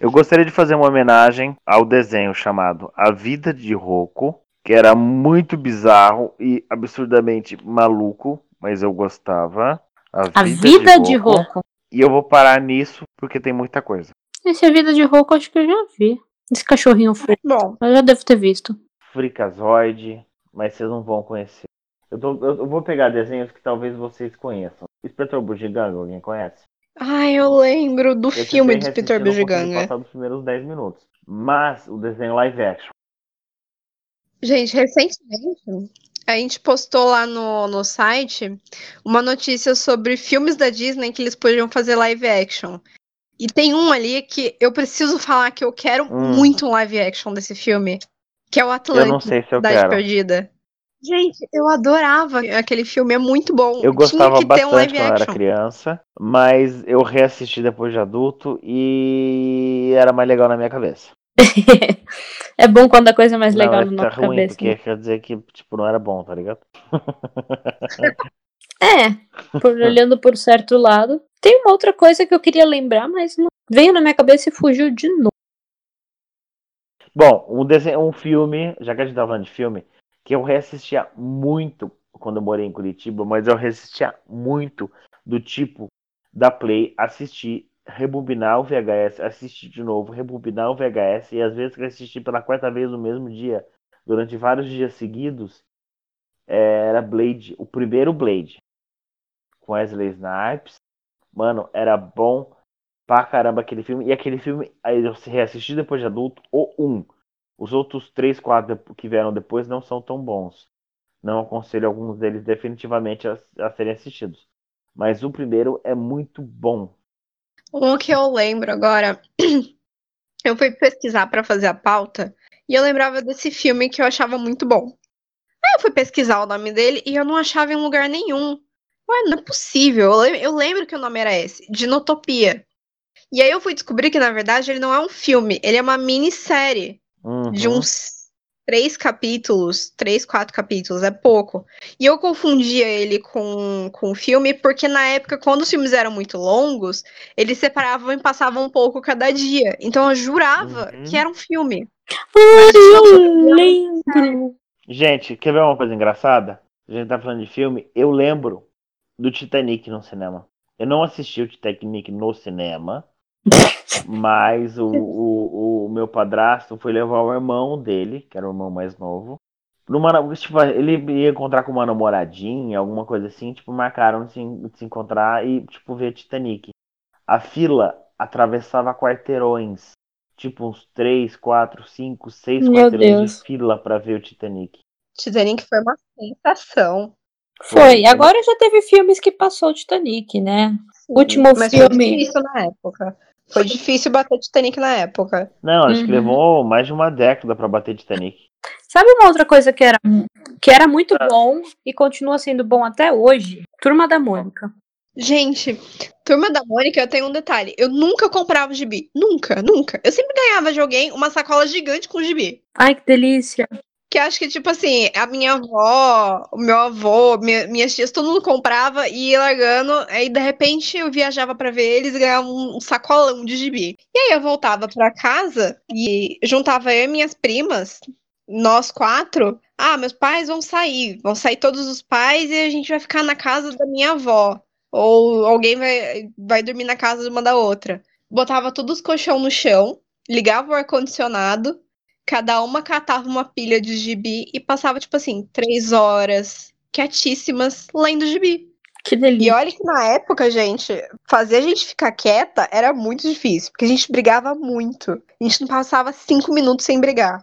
[SPEAKER 5] Eu gostaria de fazer uma homenagem ao desenho chamado A Vida de Rocco, que era muito bizarro e absurdamente maluco, mas eu gostava.
[SPEAKER 4] A vida de
[SPEAKER 5] Rocco.
[SPEAKER 4] Rocco.
[SPEAKER 5] E eu vou parar nisso porque tem muita coisa.
[SPEAKER 4] Esse é A Vida de Rocco acho que eu já vi. Esse cachorrinho fofo,
[SPEAKER 3] Bom,
[SPEAKER 4] eu já devo ter visto.
[SPEAKER 5] Fricazoide, mas vocês não vão conhecer. Eu, tô- eu- eu vou pegar desenhos que talvez vocês conheçam. Inspetor Bugiganga, alguém conhece?
[SPEAKER 3] ai, eu lembro do
[SPEAKER 5] Esse
[SPEAKER 3] filme
[SPEAKER 5] eu um
[SPEAKER 3] do
[SPEAKER 5] reassisti,
[SPEAKER 3] Peter
[SPEAKER 5] eu não consegui
[SPEAKER 3] Bugiganga.
[SPEAKER 5] passar dos primeiros 10 minutos. Mas o desenho live action.
[SPEAKER 3] Gente, recentemente a gente postou lá no, no site uma notícia sobre filmes da Disney que eles podiam fazer live action. E tem um ali que eu preciso falar que eu quero
[SPEAKER 5] Hum.
[SPEAKER 3] muito um live action desse filme, que é o
[SPEAKER 5] Eu não
[SPEAKER 3] Atlântida,
[SPEAKER 5] sei se eu
[SPEAKER 3] Cidade
[SPEAKER 5] quero.
[SPEAKER 3] Perdida. Gente, eu adorava aquele filme, é muito bom.
[SPEAKER 5] Eu gostava
[SPEAKER 3] Tinha que ter um
[SPEAKER 5] bastante
[SPEAKER 3] live
[SPEAKER 5] quando eu era
[SPEAKER 3] action.
[SPEAKER 5] criança, mas eu reassisti depois de adulto e era mais legal na minha cabeça.
[SPEAKER 4] é bom quando a coisa é mais legal
[SPEAKER 5] não, é
[SPEAKER 4] na
[SPEAKER 5] que tá
[SPEAKER 4] nossa
[SPEAKER 5] ruim,
[SPEAKER 4] cabeça. né?
[SPEAKER 5] porque quer dizer que tipo, não era bom, tá ligado?
[SPEAKER 4] É, por- olhando por certo lado. Tem uma outra coisa que eu queria lembrar, mas não- veio na minha cabeça e fugiu de novo.
[SPEAKER 5] Bom, um, desenho, um filme, já que a gente tá falando de filme, que eu reassistia muito quando eu morei em Curitiba, mas eu reassistia muito do tipo da Play, assistir, rebobinar o VHS, assistir de novo, rebobinar o VHS, e às vezes que eu assisti pela quarta vez no mesmo dia, durante vários dias seguidos, é, era Blade, o primeiro Blade, com Wesley Snipes. Mano, era bom pra caramba aquele filme. E aquele filme, aí eu se reassisti depois de adulto, o um. Os outros três, quatro dep- que vieram depois não são tão bons. Não aconselho alguns deles definitivamente a, a serem assistidos. Mas o primeiro é muito bom.
[SPEAKER 3] Um que eu lembro agora, [clears throat] eu fui pesquisar pra fazer a pauta e eu lembrava desse filme que eu achava muito bom. Aí eu fui pesquisar o nome dele e eu não achava em lugar nenhum. Ué, não é possível. Eu, lem- eu lembro que o nome era esse, Dinotopia. E aí eu fui descobrir que, na verdade, ele não é um filme, ele é uma minissérie
[SPEAKER 5] Uhum.
[SPEAKER 3] de uns três capítulos, três, quatro capítulos, é pouco. E eu confundia ele com, com o filme, porque na época, quando os filmes eram muito longos, eles separavam e passavam um pouco cada dia. Então eu jurava
[SPEAKER 5] Uhum.
[SPEAKER 3] que era um filme.
[SPEAKER 4] Eu lembro.
[SPEAKER 5] Gente, quer ver uma coisa engraçada? A gente tá falando de filme. Eu lembro do Titanic no cinema. Eu não assisti o Titanic
[SPEAKER 4] [laughs]
[SPEAKER 5] no cinema. Mas o, o, o meu padrasto foi levar o irmão dele, que era o irmão mais novo. Numa, na- tipo, ele ia encontrar com uma namoradinha, alguma coisa assim, tipo, marcaram de se, en- de se encontrar e, tipo, ver Titanic. A fila atravessava quarteirões. Tipo, uns 3, 4, 5, 6
[SPEAKER 4] Meu
[SPEAKER 5] quarteirões
[SPEAKER 4] Deus.
[SPEAKER 5] de fila pra ver o Titanic.
[SPEAKER 3] Titanic foi uma sensação.
[SPEAKER 4] Foi. Agora já teve filmes que passou o Titanic, né? O último
[SPEAKER 3] Mas foi
[SPEAKER 4] filme.
[SPEAKER 3] difícil na época. Foi difícil bater Titanic na época.
[SPEAKER 5] Não, acho que
[SPEAKER 4] Uhum.
[SPEAKER 5] levou mais de uma década pra bater Titanic.
[SPEAKER 4] Sabe uma outra coisa que era, que era muito bom e continua sendo bom até hoje? Turma da Mônica.
[SPEAKER 3] Gente, Turma da Mônica, eu tenho um detalhe. Eu nunca comprava o gibi. Nunca, nunca. Eu sempre ganhava de alguém uma sacola gigante com gibi.
[SPEAKER 4] Ai, que delícia.
[SPEAKER 3] Que acho que, tipo assim, a minha avó, o meu avô, minha- minhas tias, todo mundo comprava e ia largando. Aí, de repente, eu viajava pra ver eles e ganhava um sacolão de gibi. E aí eu voltava pra casa e juntava eu e minhas primas, nós quatro. Ah, meus pais vão sair. Vão sair todos os pais e a gente vai ficar na casa da minha avó. Ou alguém vai, vai dormir na casa de uma da outra. Botava todos os colchão no chão, ligava o ar-condicionado. Cada uma catava uma pilha de gibi e passava, tipo assim, três horas quietíssimas lendo gibi.
[SPEAKER 4] Que
[SPEAKER 3] E
[SPEAKER 4] delícia.
[SPEAKER 3] olha que na época, gente, fazer a gente ficar quieta era muito difícil, porque a gente brigava muito. A gente não passava cinco minutos sem brigar.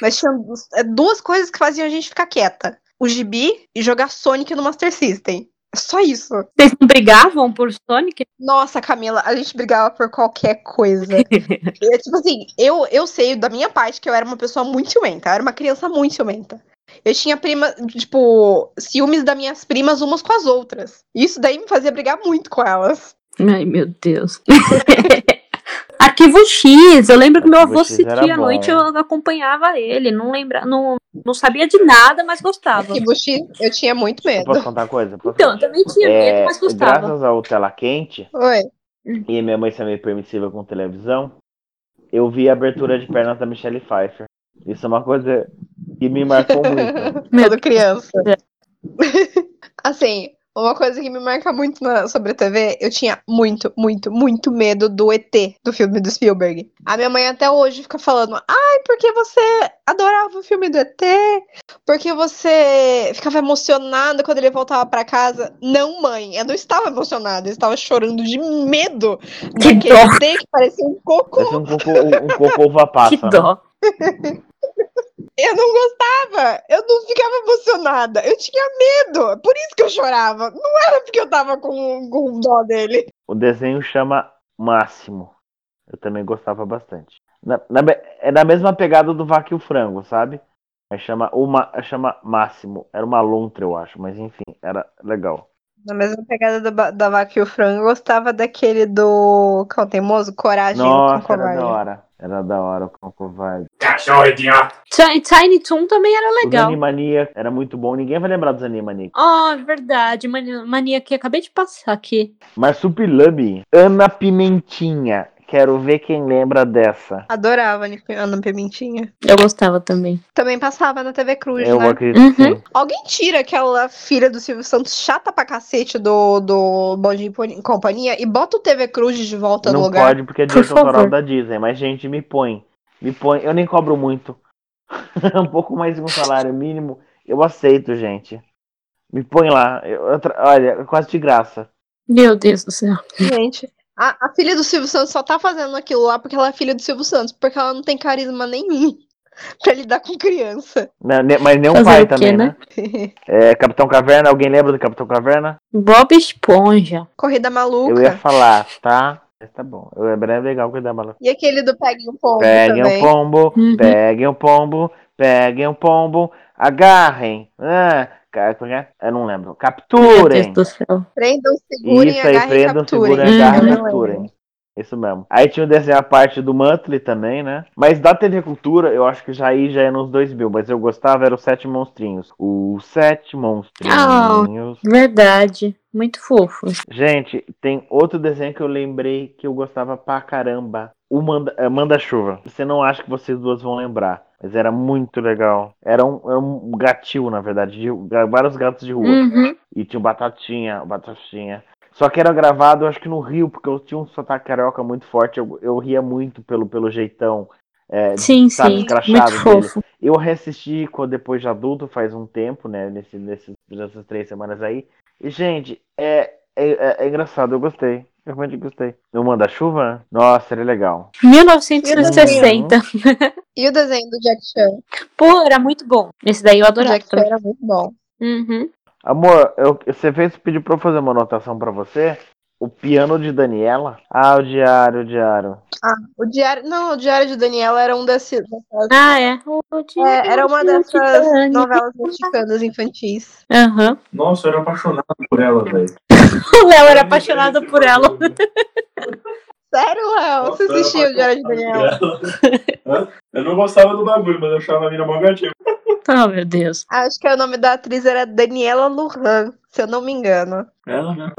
[SPEAKER 3] Mas tinha du- é, duas coisas que faziam a gente ficar quieta: o gibi e jogar Sonic no Master System. É só isso.
[SPEAKER 4] Vocês não brigavam por Sonic?
[SPEAKER 3] Nossa, Camila, a gente brigava por qualquer coisa. É, tipo assim, eu, eu sei da minha parte que eu era uma pessoa muito ciumenta. Eu era uma criança muito ciumenta. Eu tinha prima, tipo, ciúmes das minhas primas umas com as outras. Isso daí me fazia brigar muito com elas.
[SPEAKER 4] Ai, meu Deus. [laughs] Arquivo X, eu lembro que meu
[SPEAKER 5] Arquivo
[SPEAKER 4] avô
[SPEAKER 5] X era
[SPEAKER 4] assistia à
[SPEAKER 5] bom.
[SPEAKER 4] noite, eu acompanhava ele, não lembra, não, não sabia de nada, mas gostava.
[SPEAKER 3] Arquivo X, Tipo, eu tinha muito
[SPEAKER 5] Eu
[SPEAKER 3] medo.
[SPEAKER 5] posso contar uma coisa? Posso
[SPEAKER 4] É, Então, eu também tinha medo,
[SPEAKER 5] É,
[SPEAKER 4] mas gostava.
[SPEAKER 5] graças ao tela quente
[SPEAKER 3] Oi.
[SPEAKER 5] e minha mãe ser meio permissiva com televisão, eu vi a abertura de pernas da Michelle Pfeiffer. Isso é uma coisa que me marcou
[SPEAKER 4] [laughs]
[SPEAKER 5] muito.
[SPEAKER 4] Meu
[SPEAKER 3] Quando criança. [laughs] Assim, uma coisa que me marca muito na- sobre a TV, eu tinha muito, muito, muito medo do ET, do filme do Spielberg. A minha mãe até hoje fica falando: ai, porque você adorava o filme do ET? Porque você ficava emocionada quando ele voltava pra casa? Não, mãe, eu não estava emocionada, eu estava chorando de medo
[SPEAKER 4] Que
[SPEAKER 3] daquele
[SPEAKER 4] dó.
[SPEAKER 3] ET que parecia um cocô.
[SPEAKER 5] Parece um coco, um, um coco uva passa.
[SPEAKER 4] Que
[SPEAKER 5] né?
[SPEAKER 4] dó.
[SPEAKER 3] Eu não gostava, eu não ficava emocionada, eu tinha medo, por isso que eu chorava. Não era porque eu tava com, com dó dele.
[SPEAKER 5] O desenho chama Máximo. Eu também gostava bastante. Na- na me- é da mesma pegada do Vaca e o Frango, sabe? Mas chama, uma, chama Máximo. Era uma lontra, eu acho, mas enfim, era legal.
[SPEAKER 3] Na mesma pegada do ba- da vaca e o frango, eu gostava daquele do Cão Teimoso, Coragem com
[SPEAKER 5] Nossa, era da
[SPEAKER 3] Covarde.
[SPEAKER 5] hora. Era da hora o Cão Covarde.
[SPEAKER 1] Cachorro idiota.
[SPEAKER 4] Ti- Tiny Toon também era
[SPEAKER 5] Os
[SPEAKER 4] Tá legal.
[SPEAKER 5] Animania era muito bom, ninguém vai lembrar dos Animania.
[SPEAKER 4] Ah, verdade. Mania, mania que acabei de passar aqui.
[SPEAKER 5] Marsupilami, Ana Pimentinha. Quero ver quem lembra dessa.
[SPEAKER 3] Adorava Anic- Ana Pimentinha.
[SPEAKER 4] Eu gostava também.
[SPEAKER 3] Também passava na TV Cruz,
[SPEAKER 5] Eu
[SPEAKER 3] né?
[SPEAKER 5] acredito
[SPEAKER 4] Uhum.
[SPEAKER 5] que sim.
[SPEAKER 3] Alguém tira aquela filha do Silvio Santos chata pra cacete do, do Bom Dia e Poni- Companhia e bota o TV Cruz de volta no
[SPEAKER 5] Não
[SPEAKER 3] lugar.
[SPEAKER 5] pode porque é
[SPEAKER 4] Por
[SPEAKER 5] direito
[SPEAKER 4] favor.
[SPEAKER 5] autoral da Disney, mas gente, me põe. Me põe, eu nem cobro muito. [laughs] um pouco mais de um salário mínimo, eu aceito, gente. Me põe lá. Eu- eu tra- olha, quase de graça.
[SPEAKER 4] Meu Deus do céu.
[SPEAKER 3] Gente, a, a filha do Silvio Santos só tá fazendo aquilo lá porque ela é filha do Silvio Santos, porque ela não tem carisma nenhum [laughs] pra lidar com criança. [laughs]
[SPEAKER 5] Né, né, Mas nem o
[SPEAKER 4] Fazer
[SPEAKER 5] pai
[SPEAKER 4] o quê,
[SPEAKER 5] também,
[SPEAKER 4] né?
[SPEAKER 5] né? É, Capitão Caverna, alguém lembra do Capitão Caverna?
[SPEAKER 4] Bob Esponja.
[SPEAKER 3] Corrida
[SPEAKER 5] Eu ia
[SPEAKER 3] maluca.
[SPEAKER 5] falar, tá? Mas tá bom. Eu é legal cuidar maluco.
[SPEAKER 3] E aquele do Pegue o Pombo
[SPEAKER 5] Peguem o
[SPEAKER 3] também.
[SPEAKER 5] pombo,
[SPEAKER 4] Uhum.
[SPEAKER 5] peguem o pombo, peguem o pombo, agarrem. Ah, ca- como é? eu não
[SPEAKER 4] Meu
[SPEAKER 5] lembro.
[SPEAKER 4] Deus
[SPEAKER 5] Capturem.
[SPEAKER 4] do céu.
[SPEAKER 3] Prendam, segurem,
[SPEAKER 5] Isso aí,
[SPEAKER 3] agarrem e
[SPEAKER 5] prendam,
[SPEAKER 3] capturem. é
[SPEAKER 5] segurem,
[SPEAKER 4] Uhum.
[SPEAKER 5] agarrem,
[SPEAKER 3] Eu lembro.
[SPEAKER 5] capturem. Isso mesmo. Aí tinha o desenho a parte do Mantle também, né? Mas da TV Cultura, eu acho que já aí já é nos 2000, mas eu gostava, era os Sete Monstrinhos. Os Sete Monstrinhos.
[SPEAKER 4] Verdade. Muito fofo.
[SPEAKER 5] Gente, tem outro desenho que eu lembrei que eu gostava pra caramba. O Manda, é, Manda-Chuva. Você não acha que vocês duas vão lembrar, mas era muito legal. Era um, era um gatil, na verdade, de ga- vários gatos de rua.
[SPEAKER 4] Uhum.
[SPEAKER 5] E tinha o Batatinha, o Batatinha. Só que era gravado, eu acho que no Rio, porque eu tinha um sotaque carioca muito forte. Eu, eu ria muito pelo, pelo jeitão, é,
[SPEAKER 4] Sim,
[SPEAKER 5] sabe,
[SPEAKER 4] sim.
[SPEAKER 5] escrachado
[SPEAKER 4] Muito
[SPEAKER 5] dele.
[SPEAKER 4] fofo.
[SPEAKER 5] Eu reassisti quando- depois de adulto, faz um tempo, né? Nesse, nesses, nessas três semanas aí. E, gente, é, é, é- é engraçado, eu gostei. Eu realmente gostei. No Manda-Chuva? Nossa, ele é legal.
[SPEAKER 4] 1960.
[SPEAKER 3] E o desenho do Jack Chan?
[SPEAKER 4] Pô, era muito bom. Esse daí eu
[SPEAKER 3] O
[SPEAKER 4] adorava.
[SPEAKER 3] Jack Chan era muito bom.
[SPEAKER 4] Uhum.
[SPEAKER 5] Amor, eu- você fez pediu pra eu fazer uma anotação pra você? O piano de Daniela? Ah, o diário, o diário.
[SPEAKER 3] O diário. Não, o diário de Daniela era um desses. dessas-
[SPEAKER 4] Ah, é.
[SPEAKER 3] é, era uma dessas novelas mexicanas infantis.
[SPEAKER 4] Aham.
[SPEAKER 1] Nossa, eu era apaixonado por ela, velho.
[SPEAKER 4] [laughs] O Léo era apaixonado por ela.
[SPEAKER 3] Sério, Léo?
[SPEAKER 1] Nossa,
[SPEAKER 3] Você assistiu
[SPEAKER 1] era
[SPEAKER 3] o Diário de Daniel?
[SPEAKER 1] [laughs] Hã? Eu não gostava do bagulho, mas eu achava a mina mó gatinha.
[SPEAKER 4] Oh, meu Deus.
[SPEAKER 3] Acho que o nome da atriz era Daniela Lujan, se eu não me engano.
[SPEAKER 1] Ela mesmo.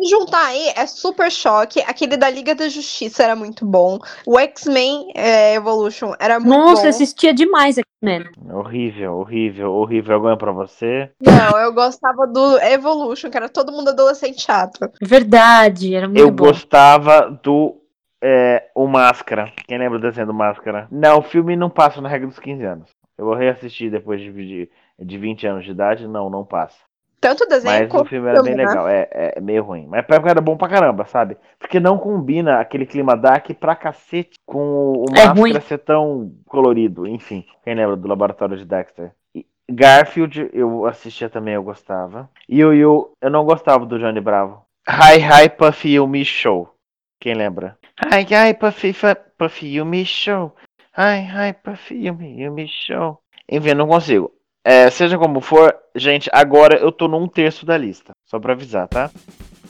[SPEAKER 3] Se juntar aí é Super Choque, aquele da Liga da Justiça era muito bom, o X-Men é, Evolution era muito
[SPEAKER 4] Nossa,
[SPEAKER 3] bom.
[SPEAKER 4] assistia demais aqui mesmo.
[SPEAKER 5] Horrível, horrível, horrível. Alguma pra você?
[SPEAKER 3] Não, eu gostava do Evolution, que era todo mundo adolescente chato.
[SPEAKER 4] É Verdade, era muito
[SPEAKER 5] Eu
[SPEAKER 4] bom.
[SPEAKER 5] gostava do é, O Máscara. Quem lembra do desenho do Máscara? Não, o filme não passa na regra dos 15 anos. Eu vou reassistir depois de, de, de 20 anos de idade. Não, não passa.
[SPEAKER 3] Tanto o desenho
[SPEAKER 5] Mas o
[SPEAKER 3] quanto
[SPEAKER 5] filme era bem
[SPEAKER 3] filme, né?
[SPEAKER 5] legal. É, é- é meio ruim. Mas pra época era bom pra caramba, sabe? Porque não combina aquele clima dark pra cacete com o, o
[SPEAKER 4] É
[SPEAKER 5] Máscara
[SPEAKER 4] ruim.
[SPEAKER 5] ser tão colorido. Enfim, quem lembra do Laboratório de Dexter? E Garfield, eu assistia também, eu gostava. E o Yu, eu não gostava do Johnny Bravo. Hi Hi Puffy Yumi Show. Quem lembra? Hi Hi Puffy, fa- Puffy Yumi Show. Hi Hi Puffy Yumi Yumi Show. Enfim, eu não consigo. É, seja como for, gente, agora eu tô num terço da lista. Só pra avisar, tá?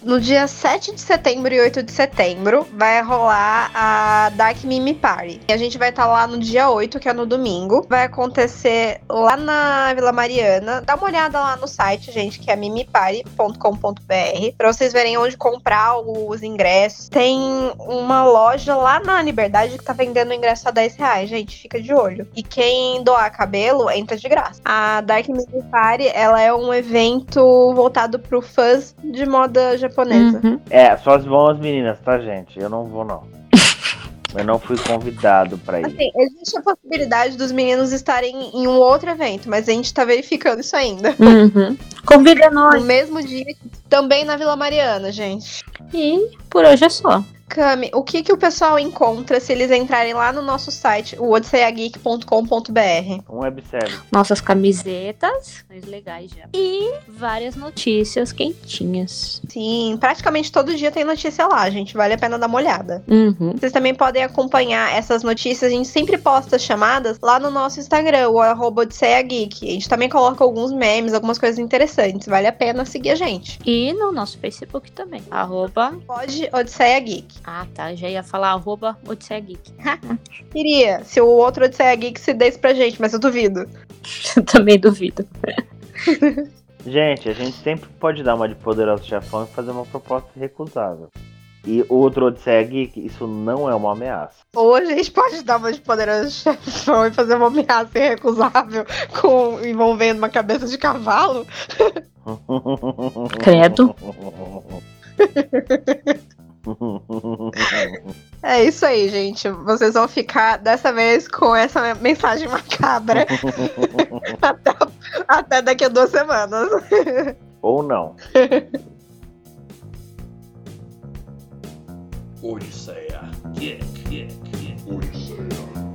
[SPEAKER 3] No dia 7 de setembro e 8 de setembro vai rolar a Dark Mimi Party. E a gente vai estar lá no dia 8, que é no domingo. Vai acontecer lá na Vila Mariana. Dá uma olhada lá no site, gente, que é mimiparty.com.br, pra vocês verem onde comprar os ingressos. Tem uma loja lá na Liberdade que tá vendendo ingresso a 10 reais, gente. Fica de olho. E quem doar cabelo, entra de graça. A Dark Mimi Party, ela é um evento voltado pro fãs de moda japonesa.
[SPEAKER 4] Uhum.
[SPEAKER 5] É, só as vão as meninas, tá, gente? Eu não vou, não. Eu não fui convidado pra ir.
[SPEAKER 3] Assim, existe a possibilidade dos meninos estarem em um outro evento, mas a gente tá verificando isso ainda.
[SPEAKER 4] Uhum. Convida
[SPEAKER 3] No
[SPEAKER 4] nós.
[SPEAKER 3] mesmo dia, também na Vila Mariana, gente.
[SPEAKER 4] E por hoje é só.
[SPEAKER 3] Cami, o que que o pessoal encontra se eles entrarem lá no nosso site, o odisseiageek.com.br?
[SPEAKER 5] Um webservice.
[SPEAKER 4] Nossas camisetas, coisas legais já. E várias notícias quentinhas.
[SPEAKER 3] Sim, praticamente todo dia tem notícia lá, gente. Vale a pena dar uma olhada.
[SPEAKER 4] Uhum.
[SPEAKER 3] Vocês também podem acompanhar essas notícias. A gente sempre posta as chamadas lá no nosso Instagram, o arroba Odisseia Geek. A gente também coloca alguns memes, algumas coisas interessantes. Vale a pena seguir a gente.
[SPEAKER 4] E no nosso Facebook também. Arroba.
[SPEAKER 3] Pode Odisseia Geek.
[SPEAKER 4] Ah, tá. Já ia falar arroba Odisseia Geek.
[SPEAKER 3] Queria se o outro Odisseia Geek se desse pra gente, mas eu duvido.
[SPEAKER 4] Eu [laughs] também duvido.
[SPEAKER 5] Gente, a gente sempre pode dar uma de poderoso chefão e fazer uma proposta irrecusável. E outro Odisseia Geek, isso não é uma ameaça.
[SPEAKER 3] Ou a gente pode dar uma de poderoso chefão e fazer uma ameaça irrecusável com, envolvendo uma cabeça de cavalo.
[SPEAKER 4] Credo.
[SPEAKER 3] É isso aí, gente. Vocês vão ficar dessa vez com essa mensagem macabra até, até daqui a duas semanas.
[SPEAKER 5] [laughs] Ou não.
[SPEAKER 1] Odisseia. Geek, geek, geek. Odisseia.